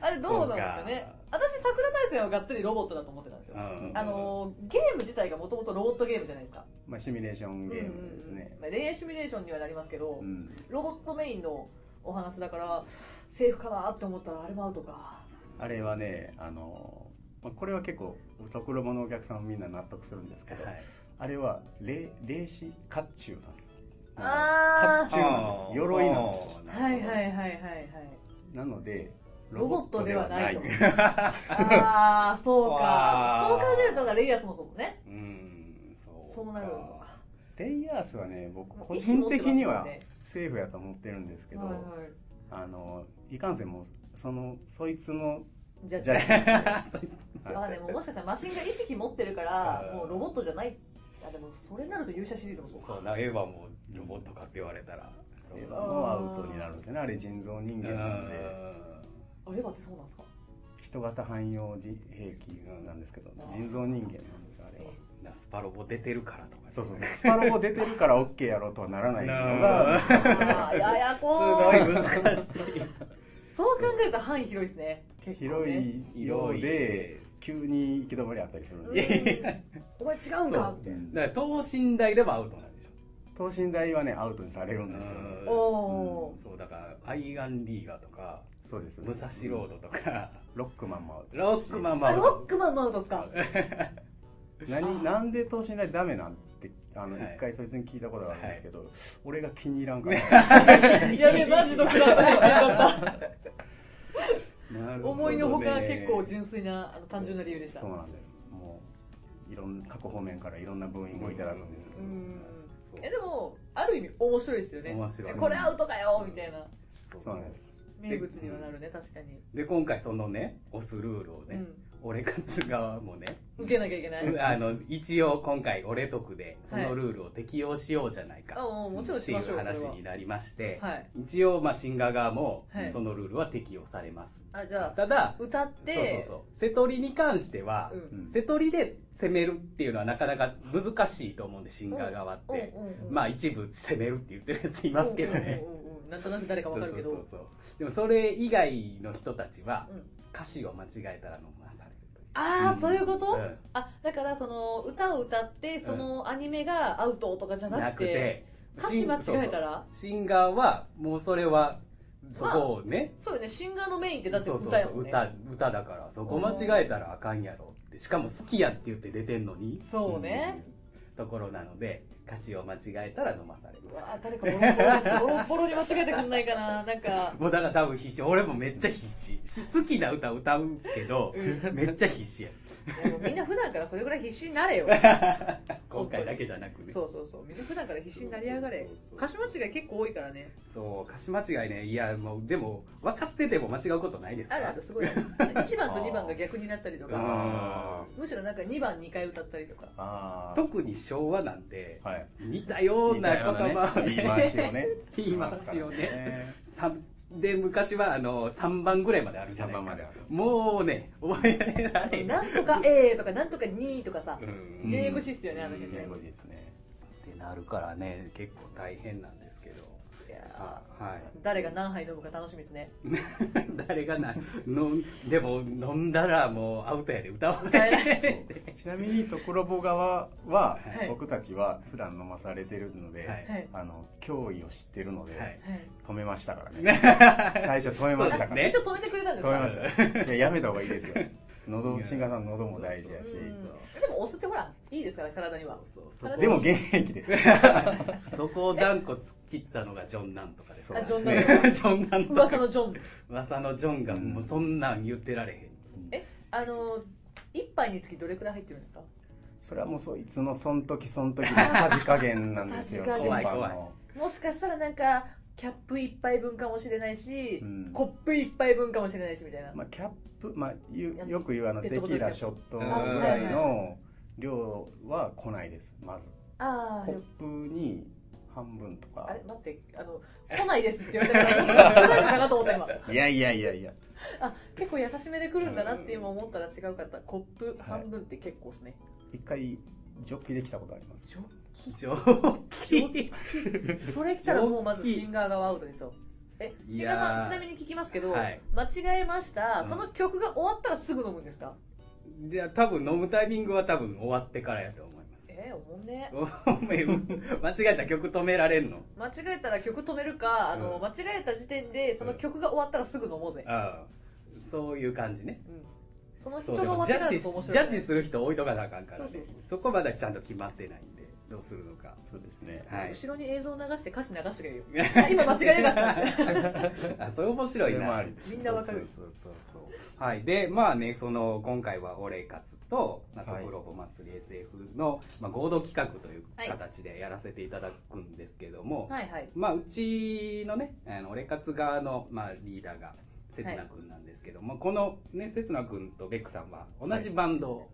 [SPEAKER 1] あれどうなんですかね
[SPEAKER 2] そう
[SPEAKER 1] 私桜大戦はがっつりロボットだと思ってたんですよ、
[SPEAKER 2] うん
[SPEAKER 1] あのーゲーム自体がもともとロボットゲームじゃないですか
[SPEAKER 3] まあ、シミュレーションゲームです
[SPEAKER 1] う
[SPEAKER 3] ね
[SPEAKER 1] んうんうん、まあ、恋愛シミュレーションにはなりますけど、
[SPEAKER 3] うん
[SPEAKER 1] ロボットメインのお話だからセーフかなって思ったらあれもアウトか
[SPEAKER 3] あれはねあの、まあ、これは結構特ロボのお客さんはみんな納得するんですけど、
[SPEAKER 2] はい
[SPEAKER 3] あれは霊霊視甲冑なんですよ
[SPEAKER 1] あー
[SPEAKER 3] 甲冑なんですよ鎧なんですよ
[SPEAKER 1] はいはいはい
[SPEAKER 2] い
[SPEAKER 1] はいはい
[SPEAKER 3] なので
[SPEAKER 1] ロボットではないと
[SPEAKER 3] ロボ ットではない
[SPEAKER 1] ああそうか
[SPEAKER 2] わー
[SPEAKER 1] そう考えるとだからレイヤースもそうね
[SPEAKER 2] うんそう
[SPEAKER 1] そうなるのか
[SPEAKER 3] レイヤースはね僕
[SPEAKER 1] まあ
[SPEAKER 3] 個
[SPEAKER 1] 意思持
[SPEAKER 3] 人
[SPEAKER 1] って
[SPEAKER 3] 的
[SPEAKER 1] ますもん
[SPEAKER 3] には
[SPEAKER 1] ね
[SPEAKER 3] セーフやと思ってるんですけど、
[SPEAKER 1] はいはい
[SPEAKER 3] あのいかんせんもうそのそいつの
[SPEAKER 1] じゃあ
[SPEAKER 3] ジャッジなんではい
[SPEAKER 1] まあでももしかしたらマシンが意識持ってるから
[SPEAKER 2] うん
[SPEAKER 1] もうロボットじゃないあでもそれになると勇者シリーズもそうか
[SPEAKER 2] そうなエヴァもロボットかって言われたら
[SPEAKER 3] エヴァもアウトになるんですよねあれ人造人間なんで
[SPEAKER 1] あエヴァってそうなんですか
[SPEAKER 3] 人型汎用自兵器なんですけど
[SPEAKER 1] あー
[SPEAKER 3] 人造人間なんですよあれは
[SPEAKER 2] なスパロボ出てるからとかね
[SPEAKER 3] そうそうスパロボ出てるから OK やろうとはならないの
[SPEAKER 2] な
[SPEAKER 3] が
[SPEAKER 2] あ
[SPEAKER 1] あーやや こー
[SPEAKER 2] すごい難しい
[SPEAKER 1] そう考えると範囲広いですね結構
[SPEAKER 3] 広
[SPEAKER 1] ね
[SPEAKER 3] いようで急に行き止まりあったりするん
[SPEAKER 1] うん
[SPEAKER 3] で
[SPEAKER 1] お前違うんか
[SPEAKER 2] そう
[SPEAKER 1] みたいな
[SPEAKER 2] だから等身大でもアウトなんでしょ
[SPEAKER 3] 等身大はねアウトにされるんですよね
[SPEAKER 2] うん
[SPEAKER 1] おおー
[SPEAKER 2] そうだからアイガンリーガーとか
[SPEAKER 3] そうです
[SPEAKER 2] 武蔵ロードとか
[SPEAKER 3] ロックマンもアウト
[SPEAKER 2] ロックマンも
[SPEAKER 1] あ
[SPEAKER 2] アウ
[SPEAKER 1] ロ
[SPEAKER 2] ト
[SPEAKER 1] ックマンもアウトです か
[SPEAKER 3] 何なんで等身大ダメなんてあの一、
[SPEAKER 2] はい
[SPEAKER 3] 回そいつに聞いたことがあるんですけど、俺が気に入らんから
[SPEAKER 1] やべマジのくだらない意見だった思いのほか
[SPEAKER 2] が
[SPEAKER 1] 結構純粋なあの単純な理由でした
[SPEAKER 3] そうなんですもういろん各方面からいろんな部員をいただくんですけど、
[SPEAKER 1] うんえでもある意味面白いですよね
[SPEAKER 2] 面白い
[SPEAKER 1] えこれアウトかよみたいな
[SPEAKER 3] そうなんです
[SPEAKER 1] 名物にはなるね確かに、
[SPEAKER 2] で今回そのね押すルールを
[SPEAKER 1] う
[SPEAKER 2] ね、
[SPEAKER 1] ん、
[SPEAKER 2] 俺勝側もね、
[SPEAKER 1] 受けなきゃいけない、
[SPEAKER 2] あの一応今回俺得でそのルールを適用しようじゃないか
[SPEAKER 1] あもうもちろん
[SPEAKER 2] って
[SPEAKER 1] し
[SPEAKER 2] い
[SPEAKER 1] ましょ
[SPEAKER 2] う
[SPEAKER 1] うそれ
[SPEAKER 2] 話
[SPEAKER 1] は
[SPEAKER 2] になりまして、
[SPEAKER 1] はい
[SPEAKER 2] 一応まあシンガー側も
[SPEAKER 1] はい
[SPEAKER 2] そのルールは適用されます、
[SPEAKER 1] あじゃあ
[SPEAKER 2] ただ
[SPEAKER 1] 歌って
[SPEAKER 2] そうそうそう瀬取りに関しては、
[SPEAKER 1] う
[SPEAKER 3] うんん
[SPEAKER 2] 瀬取りで攻めるっていうのはなかなか難しいと思うんでシンガー側って、
[SPEAKER 1] うんうんうん
[SPEAKER 2] まあ一部攻めるって言ってるやついますけどね、
[SPEAKER 1] うんうんうんうんなんとなく誰かわ
[SPEAKER 2] そ
[SPEAKER 1] か
[SPEAKER 2] うそう
[SPEAKER 1] るけ
[SPEAKER 2] そう
[SPEAKER 1] ど
[SPEAKER 2] そうでもそれ以外の人たちは
[SPEAKER 1] うん
[SPEAKER 2] 歌詞を間違えたら飲まされるという
[SPEAKER 1] ああそういうこと、
[SPEAKER 2] うん
[SPEAKER 1] あだからその歌を歌ってそのアニメがアウトとかじゃなくて歌詞間違えたら
[SPEAKER 2] シンガーはもうそれはそこをね、
[SPEAKER 1] そうよねシンガーのメインってだって
[SPEAKER 2] そうそう
[SPEAKER 1] 歌や
[SPEAKER 2] そう
[SPEAKER 1] もんね
[SPEAKER 2] 歌歌だからそこ間違えたらあかんやろってしかも好きやって言って出てんのに
[SPEAKER 1] そうね、
[SPEAKER 2] ところなので歌詞を間違えたら飲まされる
[SPEAKER 1] うわあ誰かボロボロボロボロに間違えてくんないかななんか
[SPEAKER 2] もうだから多分必死俺もめっちゃ必死し好きな歌歌うけどめっちゃ必 死や
[SPEAKER 1] でもみんな普段からそれぐらい必死にな れよ
[SPEAKER 2] 今回だけじゃなくね
[SPEAKER 1] そうそうそうみんな普段から必死になりやがれ
[SPEAKER 2] そうそう
[SPEAKER 1] 歌詞間違い結構多いからね
[SPEAKER 2] そう歌詞間違いねいやもうでも分かってても間違うことないですか
[SPEAKER 1] ある
[SPEAKER 2] ら
[SPEAKER 1] あるすごい1番と2番が逆になったりと
[SPEAKER 2] う
[SPEAKER 1] か
[SPEAKER 2] ん
[SPEAKER 3] あ
[SPEAKER 1] むしろなんか2番2回歌ったりとか
[SPEAKER 3] ーあー
[SPEAKER 2] 特に昭和なんて
[SPEAKER 3] はい
[SPEAKER 2] 似たような言葉をね
[SPEAKER 3] 言い回しをね
[SPEAKER 2] 言い回しをね
[SPEAKER 3] ね
[SPEAKER 2] さんで昔はあの3番ぐらいまであるじゃないですか
[SPEAKER 3] 3番まである
[SPEAKER 2] もうね覚えられな
[SPEAKER 1] 「
[SPEAKER 2] い
[SPEAKER 1] なんとか A」とか「なんとか2」とかさ
[SPEAKER 2] うん
[SPEAKER 1] ゲームシスよねあの
[SPEAKER 2] うん
[SPEAKER 1] 曲
[SPEAKER 3] ゲ
[SPEAKER 1] ね
[SPEAKER 3] ームですね
[SPEAKER 2] ってなるからね結構大変なんですけど
[SPEAKER 1] いやー
[SPEAKER 2] さあはい
[SPEAKER 1] 誰が何杯飲むか楽しみですね
[SPEAKER 2] 誰がな飲んでも飲んだらもうアウトやで歌わ
[SPEAKER 1] 歌え
[SPEAKER 2] な
[SPEAKER 1] ないい
[SPEAKER 3] ちなみにところぼ側は、
[SPEAKER 1] はい
[SPEAKER 3] 僕たちは普段飲まされてるので、
[SPEAKER 2] はい
[SPEAKER 1] はい
[SPEAKER 3] あの脅威を知ってるので、
[SPEAKER 2] はい
[SPEAKER 1] はい
[SPEAKER 3] 止めましたか らね最初止めましたから
[SPEAKER 2] え
[SPEAKER 1] 一応止めてくれたんです
[SPEAKER 3] 止めま
[SPEAKER 1] か
[SPEAKER 3] したいややめた方がいいですよ喉シンガーさんの喉も大事や
[SPEAKER 2] そ
[SPEAKER 3] し
[SPEAKER 2] うそう
[SPEAKER 1] うんでもお酢ってほらいいですから体に は
[SPEAKER 2] そうそう
[SPEAKER 1] そ
[SPEAKER 2] そ
[SPEAKER 1] ん
[SPEAKER 3] でも現役です
[SPEAKER 2] こそこを断固突っ切ったのがジョン・ナンとかです
[SPEAKER 3] そうです
[SPEAKER 1] あジョン
[SPEAKER 2] ね
[SPEAKER 1] ナン
[SPEAKER 2] ジョン・ナンと
[SPEAKER 1] 噂
[SPEAKER 2] か
[SPEAKER 1] のジョン
[SPEAKER 2] 噂のジョンがもうそんなん言ってられへん
[SPEAKER 1] あの一杯につきどれくらい入ってるんですか
[SPEAKER 3] それはもうそいつのその時その時のさじ加減なんで すよ
[SPEAKER 1] さじ加減
[SPEAKER 3] 審判の
[SPEAKER 2] 怖い怖
[SPEAKER 1] もしかしたらなんかキャップ一杯分かもしれないし、
[SPEAKER 3] うん
[SPEAKER 1] コップ一杯分かもしれないしみたいな、
[SPEAKER 3] まあ、キャップ、まあ、ゆよく言うあの
[SPEAKER 1] ペッ
[SPEAKER 3] テ
[SPEAKER 1] トボト
[SPEAKER 3] キ
[SPEAKER 1] ルキャッ
[SPEAKER 3] ラ
[SPEAKER 1] プ
[SPEAKER 3] ショットぐら
[SPEAKER 1] あ
[SPEAKER 3] い
[SPEAKER 1] はい
[SPEAKER 3] の量は来ないですまず
[SPEAKER 1] ああ
[SPEAKER 3] コップに半分とか
[SPEAKER 1] あれ待ってあの来ないですって言われたから少ないのかなと思った今
[SPEAKER 3] いやいやいやいや
[SPEAKER 1] あ結構優しめで来るんだなって今思ったら違うかったコップ半分って結構ですね、
[SPEAKER 3] 一回ジョッキできたことあります
[SPEAKER 1] ジョッキ
[SPEAKER 2] ジョッキ
[SPEAKER 1] それ来たらもうまずシンガー側アウトですよえシンガー
[SPEAKER 2] いや
[SPEAKER 1] さ
[SPEAKER 2] ー
[SPEAKER 1] んちなみに聞きますけど、
[SPEAKER 2] はい
[SPEAKER 1] 間違えました、
[SPEAKER 3] うん
[SPEAKER 1] その曲が終わったらすぐ飲むんですか
[SPEAKER 2] じゃあ多分飲むタイミングは多分終わってからやと思います
[SPEAKER 1] えー、おもんね
[SPEAKER 2] お前間違えた曲止められんの
[SPEAKER 1] 間違えたら曲止めるかあの、
[SPEAKER 2] うん
[SPEAKER 1] 間違えた時点でその曲が終わったらすぐ飲もうぜ、
[SPEAKER 2] ああそういう感じね
[SPEAKER 1] うんその
[SPEAKER 2] そ
[SPEAKER 1] 人
[SPEAKER 2] う
[SPEAKER 1] が終わっ
[SPEAKER 2] でも
[SPEAKER 1] て
[SPEAKER 2] ジ
[SPEAKER 1] か
[SPEAKER 2] ャ
[SPEAKER 1] らだ
[SPEAKER 2] ッジ
[SPEAKER 1] と面白いね、
[SPEAKER 2] ジャッジする人置いとかなあかんからね
[SPEAKER 1] そうそうそう
[SPEAKER 2] そこまだちゃんと決まってないんでどうするのか
[SPEAKER 3] そうですね
[SPEAKER 2] はい
[SPEAKER 1] 後ろに映像流して歌詞流してくれよあ今間違えなかった
[SPEAKER 2] あそれ面白い
[SPEAKER 3] それもあ
[SPEAKER 2] な
[SPEAKER 3] り
[SPEAKER 1] みんなわかる
[SPEAKER 2] そうそうそうそうはいでまあねその今回は「オレカツ」と「あと
[SPEAKER 3] はい
[SPEAKER 2] コロボ祭り SF の」まあ、合同企画という形でやらせていただくんですけども、
[SPEAKER 1] はいはい
[SPEAKER 2] まあ、うちのね、あの、俺活側の、まあ、リーダーが、せつな君なんですけども、このね、せつな君とベックさんは、同じバンドを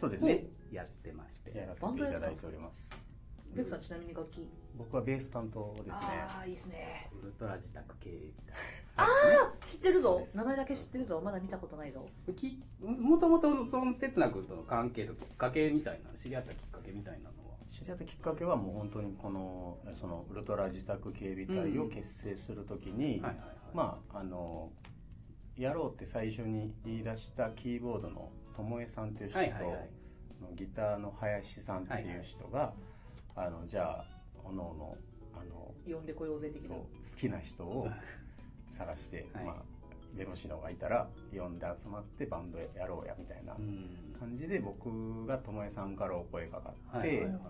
[SPEAKER 3] そうです
[SPEAKER 2] ね、
[SPEAKER 3] ね
[SPEAKER 2] やってまして。
[SPEAKER 3] やらせていただいております
[SPEAKER 1] ベクさんちなみに楽器、
[SPEAKER 3] 僕はベース担当ですね
[SPEAKER 1] ああいいですね
[SPEAKER 2] ウルトラ自宅系みたい
[SPEAKER 1] 知ってる
[SPEAKER 3] そ
[SPEAKER 1] ぞ
[SPEAKER 3] うです
[SPEAKER 1] 名前だけ知ってるぞまだ見たことないぞ
[SPEAKER 2] なき。もともと、その、せつな君との関係ときっかけみたいな、知り合ったきっかけみたいなのは。
[SPEAKER 3] 知り合ったきっかけはもう本当にこのそのウルトラ自宅警備隊を結成するときに、
[SPEAKER 2] はいはいはい。
[SPEAKER 3] まああのやろうって最初に言い出したキーボードのともえさんという人と、
[SPEAKER 2] はいはいはい。
[SPEAKER 3] ギターの林さんっていう人が、あのじゃあおのおのあの
[SPEAKER 1] 呼んでこようぜ的
[SPEAKER 3] そう
[SPEAKER 1] な
[SPEAKER 3] 好きな人を探して、
[SPEAKER 2] はい
[SPEAKER 3] まあベロシノがいたら呼んで集まってバンドやろうやみたいな
[SPEAKER 2] うん。
[SPEAKER 3] 感じで僕がともえさんからお声かかっ
[SPEAKER 2] は
[SPEAKER 3] て、
[SPEAKER 2] いはいはいは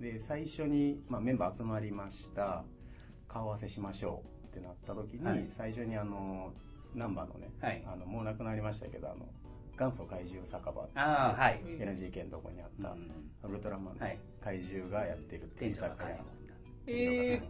[SPEAKER 2] い。
[SPEAKER 3] で最初に、まあ、メンバー集まりました顔合わせしましょうってなった時に、
[SPEAKER 2] はい
[SPEAKER 3] 最初にあの難波のね、
[SPEAKER 2] はい
[SPEAKER 3] あのもうなくなりましたけどあの元祖怪獣酒場
[SPEAKER 2] ああ、はい。
[SPEAKER 1] え
[SPEAKER 3] NGK のとこにあっ
[SPEAKER 2] う
[SPEAKER 3] た、
[SPEAKER 2] ん
[SPEAKER 3] ウルトラマンの
[SPEAKER 2] はい。
[SPEAKER 3] 怪獣がやってるってい
[SPEAKER 2] 店
[SPEAKER 3] う
[SPEAKER 2] 長が
[SPEAKER 3] 酒
[SPEAKER 2] 彼
[SPEAKER 3] 屋
[SPEAKER 2] なんだ。
[SPEAKER 1] え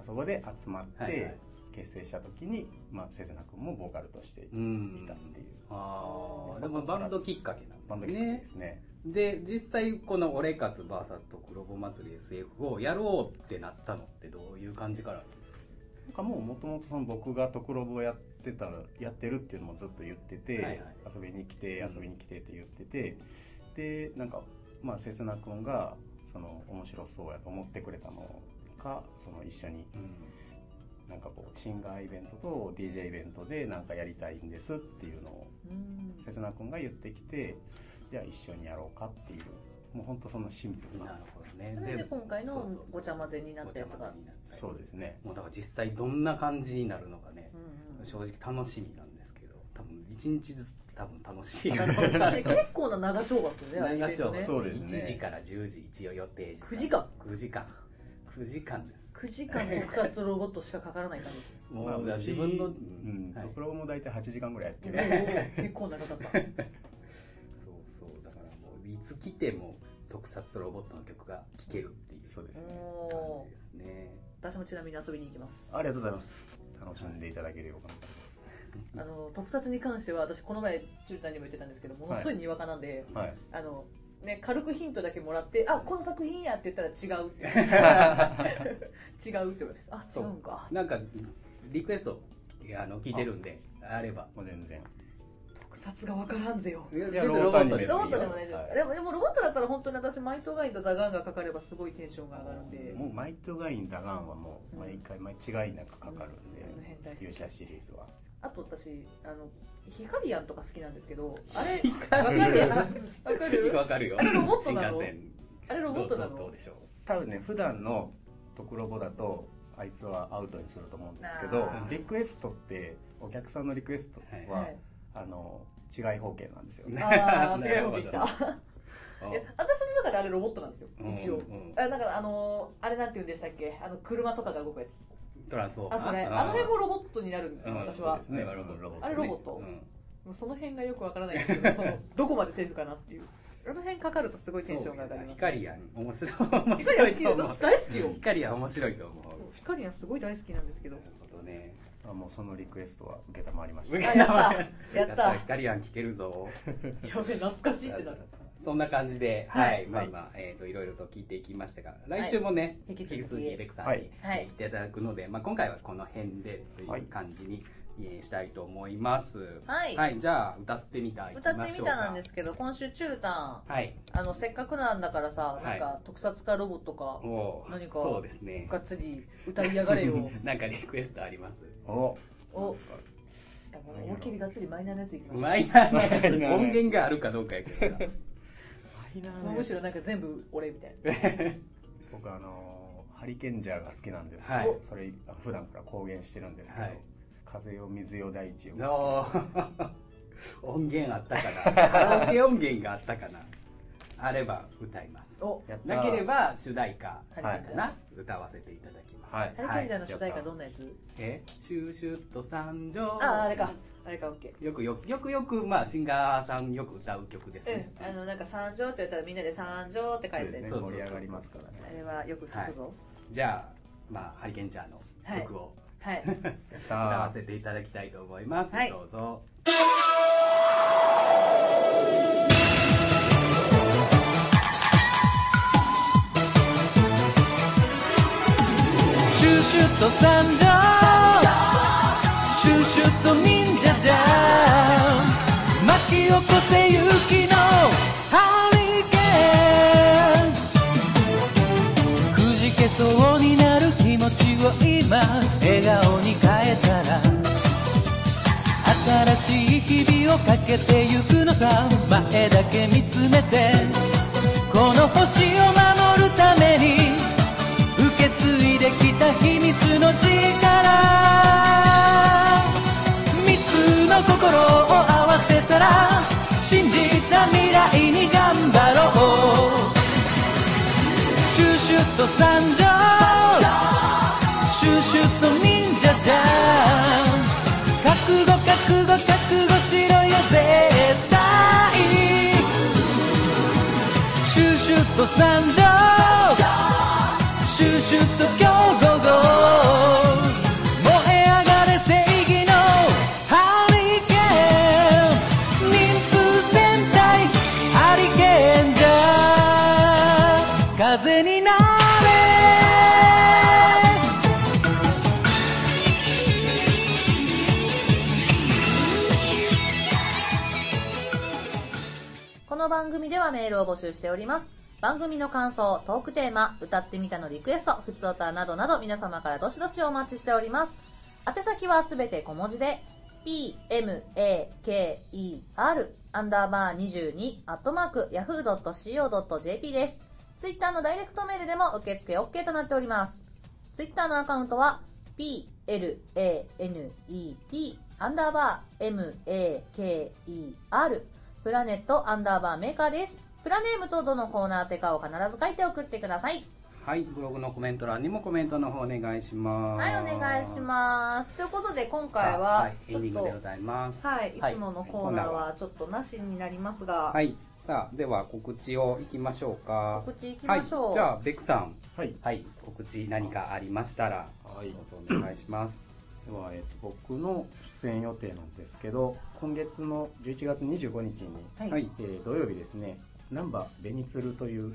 [SPEAKER 3] あそこで集まっ
[SPEAKER 2] はいは
[SPEAKER 3] て
[SPEAKER 2] い
[SPEAKER 3] 結成した時に、まあ、せずな君もボーカルとしてい
[SPEAKER 2] うん
[SPEAKER 3] たっていう、
[SPEAKER 2] ああ、でもバンドきっかけなんですね。
[SPEAKER 3] バンド企画ですね
[SPEAKER 2] で実際この「オレカツ VS と黒ボ祭り SF」をやろうってなったのってどういう感じからなんですか
[SPEAKER 3] なんかもうもともとその僕がトクロボをやってたらやってるっていうのもずっと言ってて、
[SPEAKER 2] はいはい
[SPEAKER 3] 遊びに来て
[SPEAKER 2] うん
[SPEAKER 3] 遊びに来てって言ってて、でなんかまあせつな君がその面白そうやと思ってくれたのかその一緒になんかこうシンガーイベントと DJ イベントでなんかやりたいんですっていうのを
[SPEAKER 1] うん
[SPEAKER 3] せつな君が言ってきてじゃあ一緒にやろうかっていうもう本当そのシンプル
[SPEAKER 2] なる
[SPEAKER 3] な
[SPEAKER 2] ほどね
[SPEAKER 1] それで今回の
[SPEAKER 2] そうそうそう
[SPEAKER 1] ごちゃ混ぜになったやつが
[SPEAKER 2] ごちゃ混ぜになったやつ
[SPEAKER 3] そうですね
[SPEAKER 2] もうだから実際どんな感じになるのかね
[SPEAKER 1] う、んうん
[SPEAKER 2] 正直楽しみなんですけど多分一日ずつ多分楽しい
[SPEAKER 1] なるほ どね結構な長丁場っすね、あれイベン
[SPEAKER 2] 長
[SPEAKER 1] ト
[SPEAKER 2] 丁
[SPEAKER 1] ね。
[SPEAKER 3] そうですね
[SPEAKER 2] 1時から10時一応予定
[SPEAKER 1] 9時間
[SPEAKER 2] 9時間9時間です
[SPEAKER 1] 9時間特撮ロボットしかかからない感じ です。
[SPEAKER 2] もう、
[SPEAKER 3] まあうち
[SPEAKER 2] 自分の、
[SPEAKER 3] うん
[SPEAKER 2] はい
[SPEAKER 3] ドクロも大体8時間ぐらいやって
[SPEAKER 1] お
[SPEAKER 3] る
[SPEAKER 1] ー結構長かった。
[SPEAKER 2] そうそうだからもういつ来ても特撮とロボットの曲が聴けるっていう
[SPEAKER 3] そうですね
[SPEAKER 2] 感
[SPEAKER 1] おー
[SPEAKER 2] じですね
[SPEAKER 1] 私もちなみに遊びに行きます。
[SPEAKER 3] ありがとうございます楽しんでいただければと思います
[SPEAKER 1] あの特撮に関しては私この前ちゅうたんにも言ってたんですけどものすごいにわかなんで、
[SPEAKER 3] はい
[SPEAKER 1] あのね軽くヒントだけもらってあこの作品やって言ったら違うって違うって言われてあ違うんか
[SPEAKER 2] なんかリクエストいやあの聞いてるんであれば
[SPEAKER 3] もう全然
[SPEAKER 1] 特撮がわからんぜよ
[SPEAKER 2] いや
[SPEAKER 3] ロボットに
[SPEAKER 1] ロボットでも大丈夫ですか、
[SPEAKER 3] はい
[SPEAKER 1] でもでもロボットだったら本当に私マイトガイとダガンがかかればすごいテンションが上がるんで、
[SPEAKER 3] もうマイトガインダガンはもう毎回間違いなくかかるんで
[SPEAKER 1] うん変態好き
[SPEAKER 3] 勇者シリーズは
[SPEAKER 1] あと私あのヒカリアンとか好きなんですけどあれわかるわかる
[SPEAKER 2] わかるよ
[SPEAKER 1] あれロボットなの
[SPEAKER 2] 新幹線
[SPEAKER 1] あれロボットな
[SPEAKER 2] どうどう
[SPEAKER 1] の
[SPEAKER 2] どうでしょう
[SPEAKER 3] 多分ね普段のトクロボだとあいつはアウトにすると思うんですけど
[SPEAKER 1] あ
[SPEAKER 2] ー
[SPEAKER 3] リクエストってお客さんのリクエストは、
[SPEAKER 1] はい
[SPEAKER 3] あの違い方形なんですよね
[SPEAKER 1] ああ
[SPEAKER 2] な
[SPEAKER 1] 違う
[SPEAKER 2] る
[SPEAKER 1] 方
[SPEAKER 2] ほ
[SPEAKER 1] 向
[SPEAKER 2] ど
[SPEAKER 1] いったいや私の中であれロボットなんですよ
[SPEAKER 2] うん
[SPEAKER 1] 一応、
[SPEAKER 2] うん
[SPEAKER 1] あだからあのーあれなんて言うんでしたっけあの車とかが動くやつ
[SPEAKER 2] トランスフォーマー
[SPEAKER 1] あそれ
[SPEAKER 2] うん
[SPEAKER 1] あの辺もロボットになるんだよ
[SPEAKER 2] うん
[SPEAKER 1] 私
[SPEAKER 2] そう
[SPEAKER 1] は
[SPEAKER 2] ですね
[SPEAKER 3] うん
[SPEAKER 2] あれロボット
[SPEAKER 1] あれロボット
[SPEAKER 2] ねうん
[SPEAKER 1] もうその辺がよくわからないんですけどそのどこまでセーフかなっていうあの辺かかるとすごいテンションが上がりますね、
[SPEAKER 2] 光やん面白い面
[SPEAKER 1] 光が
[SPEAKER 2] 白
[SPEAKER 1] 好
[SPEAKER 2] い
[SPEAKER 1] き
[SPEAKER 2] と
[SPEAKER 1] で
[SPEAKER 2] 思う
[SPEAKER 1] 私大好きよ
[SPEAKER 2] 光やん面白いと思う
[SPEAKER 1] そう光はすごい大好きなんですけど
[SPEAKER 2] なるほどね
[SPEAKER 3] あもうそのリクエストは承りまし
[SPEAKER 1] あ
[SPEAKER 3] た
[SPEAKER 1] や ったやった
[SPEAKER 2] 光やん聞けるぞ
[SPEAKER 1] やべ懐かしいってなる
[SPEAKER 2] そんな感じで、
[SPEAKER 1] は
[SPEAKER 2] はいい、まあ今、えっ、と、いろいろと聞いていきましたが、来週もね、
[SPEAKER 1] はい
[SPEAKER 2] 引き続き、
[SPEAKER 1] 引き続き
[SPEAKER 2] レクさんに、
[SPEAKER 3] はい
[SPEAKER 1] はい
[SPEAKER 2] 来ていただくので、まあ今回はこの辺でという感じに、えーしたいと思います。
[SPEAKER 1] はい
[SPEAKER 2] じゃあ、歌ってみたい。。
[SPEAKER 1] 歌ってみたなんですすけど今週チュルタ
[SPEAKER 2] はい。
[SPEAKER 1] ンあのせっかくなんだからさ、
[SPEAKER 2] はい
[SPEAKER 1] なんか特撮かロボットか
[SPEAKER 2] もう、
[SPEAKER 1] 何か
[SPEAKER 2] そうですね。
[SPEAKER 1] がっつり歌いやがれ よ
[SPEAKER 2] なんかリクエストあります
[SPEAKER 3] お
[SPEAKER 1] おいやもう思いっきりがっつりマイナーなやついきましょう
[SPEAKER 2] マイナーなやつ
[SPEAKER 3] マイナーなやつ
[SPEAKER 2] 音源があるかどうかやけどな
[SPEAKER 1] もうむしろなんか全部俺みたいな
[SPEAKER 3] 僕あのハリケンジャーが好きなんですけど、
[SPEAKER 2] はい
[SPEAKER 3] それあ普段から公言してるんですけど、
[SPEAKER 2] はい
[SPEAKER 3] 風よ水よ大地を
[SPEAKER 2] おー 音源あったかなカラオケ音源があったかなあれば歌います
[SPEAKER 1] お
[SPEAKER 3] やった
[SPEAKER 2] なければ主題歌
[SPEAKER 1] ハリケンジャー
[SPEAKER 2] かな、歌わせていただきます、
[SPEAKER 3] はい
[SPEAKER 1] ハリケンジャーの主題歌どんなやつ
[SPEAKER 2] えシューシュッと三条
[SPEAKER 1] あああれかあれかオッケ
[SPEAKER 2] よくよくよくよくまあシンガーさんよく歌う曲です
[SPEAKER 1] ー
[SPEAKER 2] ね、
[SPEAKER 1] うんあのなんか「三条」って言ったらみんなで「三条」って返すやつ
[SPEAKER 2] そうですね
[SPEAKER 3] 盛り上がりますからね
[SPEAKER 1] あれはよく聞くぞ
[SPEAKER 2] じゃあまあハリケンジャーの曲を
[SPEAKER 1] はい
[SPEAKER 3] やっ
[SPEAKER 2] 歌わ
[SPEAKER 3] た
[SPEAKER 2] せていただきたいと思います、
[SPEAKER 1] はい
[SPEAKER 2] どうぞ
[SPEAKER 4] シュシュと参上シュシュと忍者じゃん巻き起こせ勇気のハリケーンくじけそうになる気持ちを今笑顔に変えたら新しい日々をかけてゆくのさ前だけ見つめてこの星を守るために受け継いできた秘密の力三つの心を合わせたら信じた未来に頑張ろうシュシュッと参上シュシュッと忍者じゃん覚悟覚悟覚悟しろよ絶対シュシュッと参上シュシュッと今日午後燃え上がれ正義のハリケーン民風戦隊ハリケーンじゃ風になれ
[SPEAKER 1] この番組ではメールを募集しております。番組の感想、トークテーマ、歌ってみたのリクエスト、ふつおたなどなど皆様からどしどしお待ちしております。宛先はすべて小文字で、 pmaker アンダーバー22アットマーク yahoo.co.jp です。ツイッターのダイレクトメールでも受付 OK となっております。ツイッターのアカウントは planet アンダーバー maker プラネットアンダーバーメーカーです。プラネームとどのコーナーてかを必ず書いて送ってください。
[SPEAKER 2] はいブログのコメント欄にもコメントの方お願いします
[SPEAKER 1] はい、お願いします。ということで、今
[SPEAKER 2] す
[SPEAKER 1] 回は、
[SPEAKER 2] い、
[SPEAKER 1] ち
[SPEAKER 2] エ
[SPEAKER 1] ょ
[SPEAKER 2] ン
[SPEAKER 1] っ
[SPEAKER 2] ディングで
[SPEAKER 1] と
[SPEAKER 2] ご、ざいます
[SPEAKER 1] はい、いつものコーナー
[SPEAKER 2] はい
[SPEAKER 1] はちょっとなしになりますが、
[SPEAKER 2] はいさあでは告知をいきましょうか
[SPEAKER 1] 告知いきましょう。
[SPEAKER 2] はい、じゃあベクさん
[SPEAKER 3] はい
[SPEAKER 2] はい告知何かありましたら
[SPEAKER 3] はい
[SPEAKER 2] どうぞお願いします
[SPEAKER 3] では、えっと、僕の出演予定なんですけど今月の11月25日に、
[SPEAKER 1] はい
[SPEAKER 2] はい
[SPEAKER 3] えー土曜日ですね難波ベニツルという、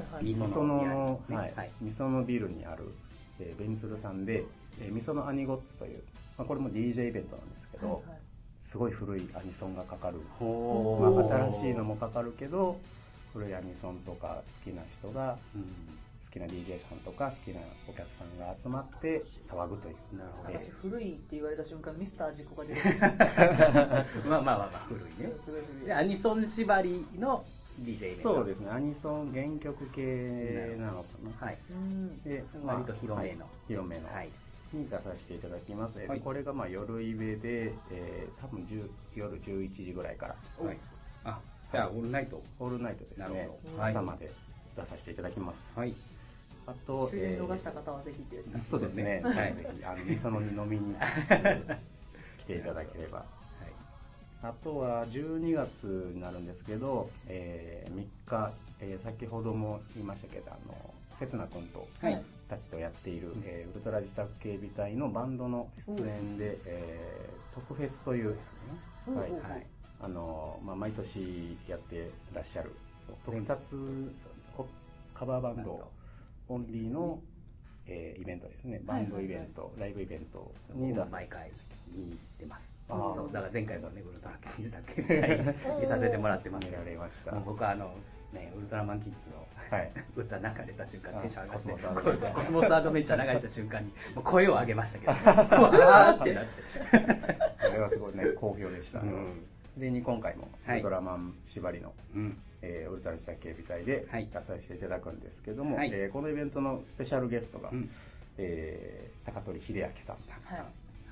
[SPEAKER 1] は
[SPEAKER 2] い
[SPEAKER 1] いはい。
[SPEAKER 2] み
[SPEAKER 3] み
[SPEAKER 2] そ
[SPEAKER 3] そ
[SPEAKER 2] の
[SPEAKER 3] のの、
[SPEAKER 2] ね
[SPEAKER 3] はい
[SPEAKER 2] はい
[SPEAKER 3] みそのビルにある、えーベニツルさんで、えー、みそのアニゴッツという、まあ、これも DJ イベントなんですけど、
[SPEAKER 1] はいはい
[SPEAKER 3] すごい古いアニソンがかかる、
[SPEAKER 2] ほ
[SPEAKER 3] ま
[SPEAKER 2] ー
[SPEAKER 3] あ、新しいのもかかるけど古いアニソンとか好きな人が
[SPEAKER 2] うん
[SPEAKER 3] 好きな DJ さんとか好きなお客さんが集まって騒ぐという
[SPEAKER 2] なるほ
[SPEAKER 1] 私、
[SPEAKER 2] ど
[SPEAKER 1] 古いって言われた瞬間、ミスター事故が出てきました。
[SPEAKER 2] まあまあまあまあ古 いね
[SPEAKER 1] すごい古い
[SPEAKER 2] でアニソン縛りの DJ
[SPEAKER 3] そうですすねアニソン原曲系なのかな、
[SPEAKER 2] はい
[SPEAKER 1] うん。
[SPEAKER 3] で
[SPEAKER 2] 割と広めの
[SPEAKER 3] はい広めの、
[SPEAKER 2] はい
[SPEAKER 3] に出させていただきます、えっと
[SPEAKER 2] はい
[SPEAKER 3] これがまあ夜イベで、えー多分10夜11時ぐらいから
[SPEAKER 2] はいあじゃあオールナイト
[SPEAKER 3] オールナイトです
[SPEAKER 2] なる
[SPEAKER 3] ね
[SPEAKER 2] ほ
[SPEAKER 1] どはい
[SPEAKER 3] 朝まで出させていただきます
[SPEAKER 2] はい
[SPEAKER 3] あと
[SPEAKER 1] 終電
[SPEAKER 3] えー
[SPEAKER 1] 逃した方はぜひってやつです。
[SPEAKER 3] そうですね
[SPEAKER 2] そうですね
[SPEAKER 3] はいぜひあのみそのに飲みに行きつつ来ていただければあとは12月になるんですけど、え3日、えー先ほども言いましたけどあのせつな君と
[SPEAKER 2] はい
[SPEAKER 1] はい
[SPEAKER 3] たちとやっている、
[SPEAKER 2] ん
[SPEAKER 3] えーウルトラ自宅警備隊のバンドの出演で、えー特フェスという、
[SPEAKER 1] うん
[SPEAKER 3] はい
[SPEAKER 1] うん
[SPEAKER 2] はい
[SPEAKER 3] あのまあ、毎年やってらっしゃる
[SPEAKER 2] そう
[SPEAKER 3] 特撮コカバーバン
[SPEAKER 2] なん
[SPEAKER 3] ド
[SPEAKER 2] と
[SPEAKER 3] オンリーの、えーイベントですねバンドイベント、ライブイベントに出させて
[SPEAKER 2] 毎回に出ます
[SPEAKER 3] あー
[SPEAKER 2] そうだから前回もねウルトラケンジだっけみたい にさせてもらってます
[SPEAKER 3] 見
[SPEAKER 2] けど
[SPEAKER 3] られました
[SPEAKER 2] もう僕はあのねウルトラマンキッズの
[SPEAKER 3] はい
[SPEAKER 2] 歌流れた瞬間
[SPEAKER 3] あ
[SPEAKER 2] テンション上がって
[SPEAKER 3] コスモスアドベンチャー
[SPEAKER 2] コスモスアドベンチャー流れた瞬間にもう声を上げま したけどわーってなって
[SPEAKER 3] あれはすごいね好評でした、
[SPEAKER 2] うん
[SPEAKER 3] それに今回もウ
[SPEAKER 2] はい
[SPEAKER 3] ルトラマン縛りの、
[SPEAKER 2] うん
[SPEAKER 3] えーウルトラ自宅警備隊で
[SPEAKER 2] はい
[SPEAKER 3] 出させていただくんですけども、
[SPEAKER 2] はい
[SPEAKER 3] えーこのイベントのスペシャルゲストが、
[SPEAKER 2] うん
[SPEAKER 3] えー高取秀明さん、
[SPEAKER 1] はい。は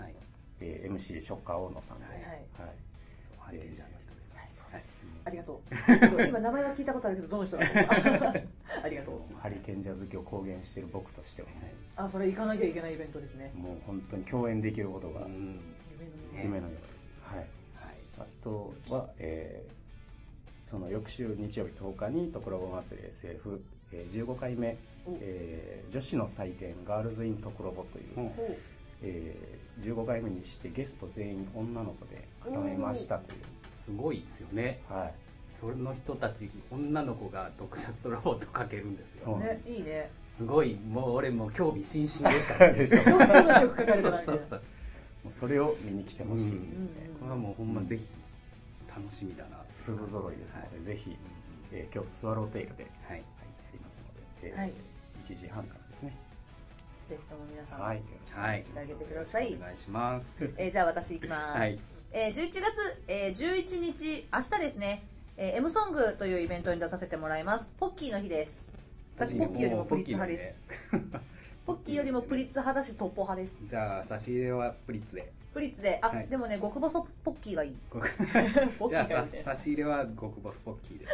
[SPEAKER 2] はい
[SPEAKER 3] えー MC ショッカー大野さんで、
[SPEAKER 2] はい
[SPEAKER 1] い。
[SPEAKER 3] はい
[SPEAKER 2] そうハリケンジャーの人です
[SPEAKER 3] そうです
[SPEAKER 1] ありがとう。今、名前は聞いたことあるけど、どの人だろう。 ありがとう。
[SPEAKER 3] ハリケンジャズ業を公言している僕としては、ね
[SPEAKER 1] あ、それ行かなきゃいけないイベントですね。
[SPEAKER 3] もう本当に共演できることが
[SPEAKER 2] うん
[SPEAKER 1] 夢の
[SPEAKER 2] ね
[SPEAKER 3] 夢のよう、はい、
[SPEAKER 2] はい
[SPEAKER 3] あとは、えーその翌週日曜日10日に「ところご祭り SF」えー15回目
[SPEAKER 1] お、
[SPEAKER 3] えー女子の祭典「ガールズ・イン・ところご」という、
[SPEAKER 2] うん
[SPEAKER 1] ほ
[SPEAKER 3] えー15回目にしてゲスト全員女の子で固めましたという、
[SPEAKER 2] すごいですよね
[SPEAKER 3] はい、
[SPEAKER 2] その人たち女の子が特撮とロボットかけるんです
[SPEAKER 3] そう
[SPEAKER 1] う。
[SPEAKER 2] よ
[SPEAKER 3] なん
[SPEAKER 1] ね
[SPEAKER 3] で、す
[SPEAKER 1] いいね。
[SPEAKER 2] すごいもう俺もう興味津々でしたね
[SPEAKER 1] どどの曲かかるかなみ
[SPEAKER 2] そうそ
[SPEAKER 1] たいな
[SPEAKER 2] う。そう
[SPEAKER 3] もうそれを見に来てほしいですね、
[SPEAKER 1] うん
[SPEAKER 2] これはもうほんまぜひ楽しみだな
[SPEAKER 3] 粒揃いですので、ぜひ、えー今日スワローテイルで、はい、
[SPEAKER 2] はい
[SPEAKER 3] やりますので、えー
[SPEAKER 1] はい
[SPEAKER 3] 1時半からですね
[SPEAKER 1] ぜひとも皆さん、
[SPEAKER 3] はい、
[SPEAKER 2] はい
[SPEAKER 1] てあげてください
[SPEAKER 2] お願いします
[SPEAKER 1] えーじゃあ私行きます、
[SPEAKER 2] はい
[SPEAKER 1] えー11月、えー11日明日ですね、えー、M ソングというイベントに出させてもらいますポッキーの日です私ポッキーよりもプリッツ派ですポッキーよりもプリッツ派だしトッポ派です
[SPEAKER 2] じゃあ差し入れはプリッツで
[SPEAKER 1] プリッツであ、
[SPEAKER 2] はい
[SPEAKER 1] でもね極細ポッキーがいい
[SPEAKER 2] ご
[SPEAKER 1] ポッキ
[SPEAKER 2] じゃ
[SPEAKER 1] ー
[SPEAKER 2] あ
[SPEAKER 1] がい
[SPEAKER 2] さ
[SPEAKER 1] いね
[SPEAKER 2] 差し入れは極細ポッキーで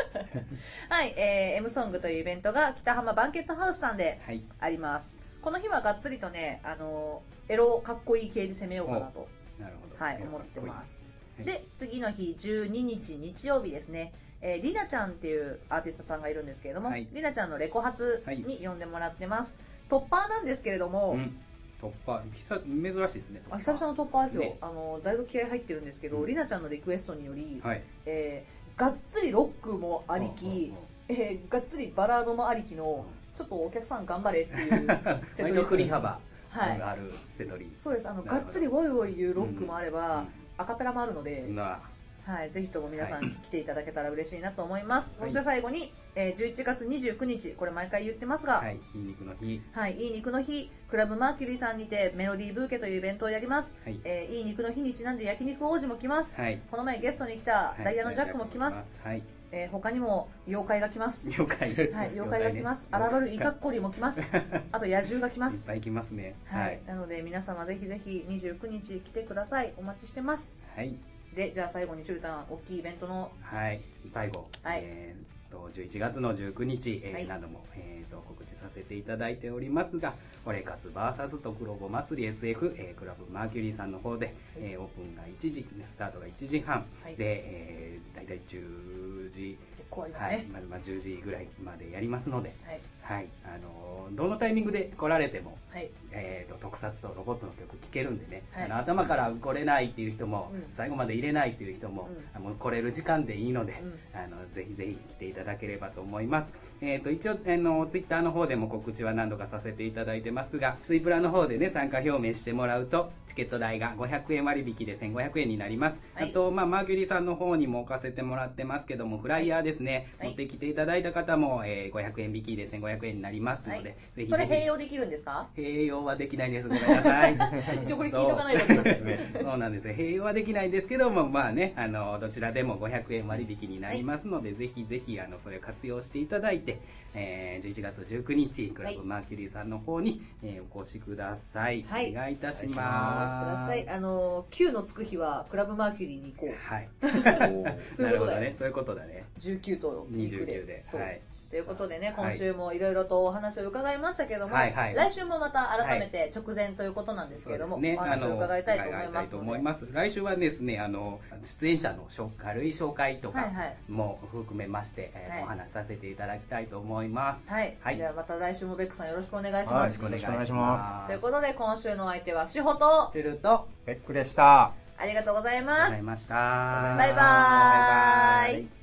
[SPEAKER 1] はい、えー、M ソングというイベントが北浜バンケットハウスさんで
[SPEAKER 2] はい
[SPEAKER 1] ありますこの日はがっつりとねあのーエロかっこいい系で攻めようかなと
[SPEAKER 2] なるほど
[SPEAKER 1] はい、思ってます。
[SPEAKER 2] はい
[SPEAKER 1] で、次の日、12日日曜日ですね、えー、りなちゃんっていうアーティストさんがいるんですけれども、
[SPEAKER 2] はい
[SPEAKER 1] りなちゃんのレコ発に呼んでもらってます。突破なんですけれども、
[SPEAKER 2] うん突破久珍しいですね突破
[SPEAKER 1] あ久々の突破ですよ、
[SPEAKER 2] ね
[SPEAKER 1] あのだいぶ気合入ってるんですけど、
[SPEAKER 2] うん
[SPEAKER 1] りなちゃんのリクエストにより、
[SPEAKER 2] はい
[SPEAKER 1] えーがっつりロックもありき、えーがっつりバラードもありきの、ちょっとお客さん頑張れって いうセ
[SPEAKER 2] セトリ振り幅
[SPEAKER 1] はい、
[SPEAKER 2] あるセトリ
[SPEAKER 1] そうですあの
[SPEAKER 2] なるほ
[SPEAKER 1] が
[SPEAKER 2] ど
[SPEAKER 1] っつりワイワイ言うロックもあれば、アカペラもあるので、
[SPEAKER 2] な
[SPEAKER 1] はい、ぜひとも皆さん来ていただけたら嬉しいなと思います。そして最後に、えー11月29日、これ毎回言ってますが、は、
[SPEAKER 2] はいい、筋肉の日。
[SPEAKER 1] い、い肉の日、クラブマーキュリーさんにてメロディーブーケというイベントをやります。
[SPEAKER 2] はい
[SPEAKER 1] えーいい肉の日にちなんで焼肉王子も来ます。
[SPEAKER 2] はい。
[SPEAKER 1] この前ゲストに来た
[SPEAKER 2] はい
[SPEAKER 1] ダイヤのジャックも来ます。。
[SPEAKER 2] はい。
[SPEAKER 1] えー他にも妖怪が来ます。
[SPEAKER 2] 了解。
[SPEAKER 1] はい、妖怪が来ます。現るイカッコリも来ます。あと野獣が来ま
[SPEAKER 2] いっ
[SPEAKER 1] す
[SPEAKER 2] ぱ。い来ますね。
[SPEAKER 1] は
[SPEAKER 2] はい
[SPEAKER 1] い、。なので皆様ぜひぜひ29日来てください。お待ちしてます。
[SPEAKER 2] はい。
[SPEAKER 1] で、じゃあ最後にチュルタン、大きいイベントの、
[SPEAKER 2] はい。最後。
[SPEAKER 1] はい
[SPEAKER 2] えーっと、11月の19日、えー
[SPEAKER 1] はい
[SPEAKER 2] なども、えーっと、告知させていただいておりますが、オレカツ VS とクロボ祭り SF、えークラブマーキュリーさんの方で、えーオープンが1時、スタートが1時半、
[SPEAKER 1] はい、
[SPEAKER 2] で、えー、大体10時、
[SPEAKER 1] 結構あります
[SPEAKER 2] はい
[SPEAKER 1] ね。
[SPEAKER 2] まあまあ、10時ぐらいまでやりますので、
[SPEAKER 1] はい、
[SPEAKER 2] はい、あのーどのタイミングで来られても、
[SPEAKER 1] はい、
[SPEAKER 2] えー、と特撮とロボットの曲聴けるんでね、
[SPEAKER 1] はい
[SPEAKER 2] あの頭から来れないっていう人も、
[SPEAKER 1] うん
[SPEAKER 2] 最後まで入れないっていう人も、
[SPEAKER 1] うん
[SPEAKER 2] あもう来れる時間でいいので、
[SPEAKER 1] うん
[SPEAKER 2] あのぜひぜひ来ていただければと思います、えー、と一応あのツイッターの方でも告知は何度かさせていただいてますがツイプラの方でね参加表明してもらうとチケット代が500円割引で1500円になります、
[SPEAKER 1] はい
[SPEAKER 2] あと、まあ、マーキュリーさんの方にも置かせてもらってますけどもフライヤーですね、
[SPEAKER 1] はい
[SPEAKER 2] 持ってきていただいた方も、えー500円引きで1500円になります
[SPEAKER 1] は
[SPEAKER 2] ので、
[SPEAKER 1] い
[SPEAKER 2] ぜひぜひ
[SPEAKER 1] それ併用できるんですか。
[SPEAKER 2] 併用はできないです。ごめんなさい
[SPEAKER 1] 一応これ聞いとかないとダメです
[SPEAKER 2] ね。 そうなんですよ。併用はできないんですけども、まあね、あの、どちらでも500円割引になりますので、ぜひぜひ、あの、それを活用していただいて、えー、11月19日、クラブマーキュリーさんの方に、えーお越しください。
[SPEAKER 1] はい
[SPEAKER 2] お願いいたし
[SPEAKER 1] お
[SPEAKER 2] ます。
[SPEAKER 1] 願いしますあの、9のつく日はクラブマーキュリーに行こう。
[SPEAKER 2] はい。
[SPEAKER 1] そう
[SPEAKER 2] ないる
[SPEAKER 1] うことだ
[SPEAKER 2] ほど
[SPEAKER 1] よ
[SPEAKER 2] ね。そういうことだね。
[SPEAKER 1] 19と
[SPEAKER 2] 29
[SPEAKER 1] 29
[SPEAKER 2] で。
[SPEAKER 1] で。そう
[SPEAKER 2] はい。
[SPEAKER 1] ということでね、
[SPEAKER 2] はい
[SPEAKER 1] 今週もいろいろとお話を伺いましたけども、
[SPEAKER 2] はいはい
[SPEAKER 1] 来週もまた改めて直前ということなんですけれども、
[SPEAKER 2] そうですね
[SPEAKER 1] お話
[SPEAKER 2] あ
[SPEAKER 1] を
[SPEAKER 2] の
[SPEAKER 1] 伺いたいと思い
[SPEAKER 2] 伺
[SPEAKER 1] ま
[SPEAKER 2] い
[SPEAKER 1] す
[SPEAKER 2] たと
[SPEAKER 1] の
[SPEAKER 2] 思
[SPEAKER 1] で。
[SPEAKER 2] います来週はですねあの出演者の紹軽い紹介と
[SPEAKER 1] は
[SPEAKER 2] か
[SPEAKER 1] いはい
[SPEAKER 2] も含めまして、えー
[SPEAKER 1] はい
[SPEAKER 2] お話しさせていただきたいと思います
[SPEAKER 1] はい、
[SPEAKER 2] はい、
[SPEAKER 1] ではまた来週もベックさんよろしくお願いし
[SPEAKER 5] は
[SPEAKER 1] ま
[SPEAKER 5] い
[SPEAKER 1] す。
[SPEAKER 5] よろしくお願いします
[SPEAKER 1] ということで、今週のお相手は志保と、
[SPEAKER 2] すると
[SPEAKER 5] ベックでした。
[SPEAKER 1] ありがとうござい
[SPEAKER 2] ご
[SPEAKER 1] ま
[SPEAKER 2] ざい
[SPEAKER 1] す
[SPEAKER 2] ま。した
[SPEAKER 1] バイバーイ
[SPEAKER 2] バイバーイ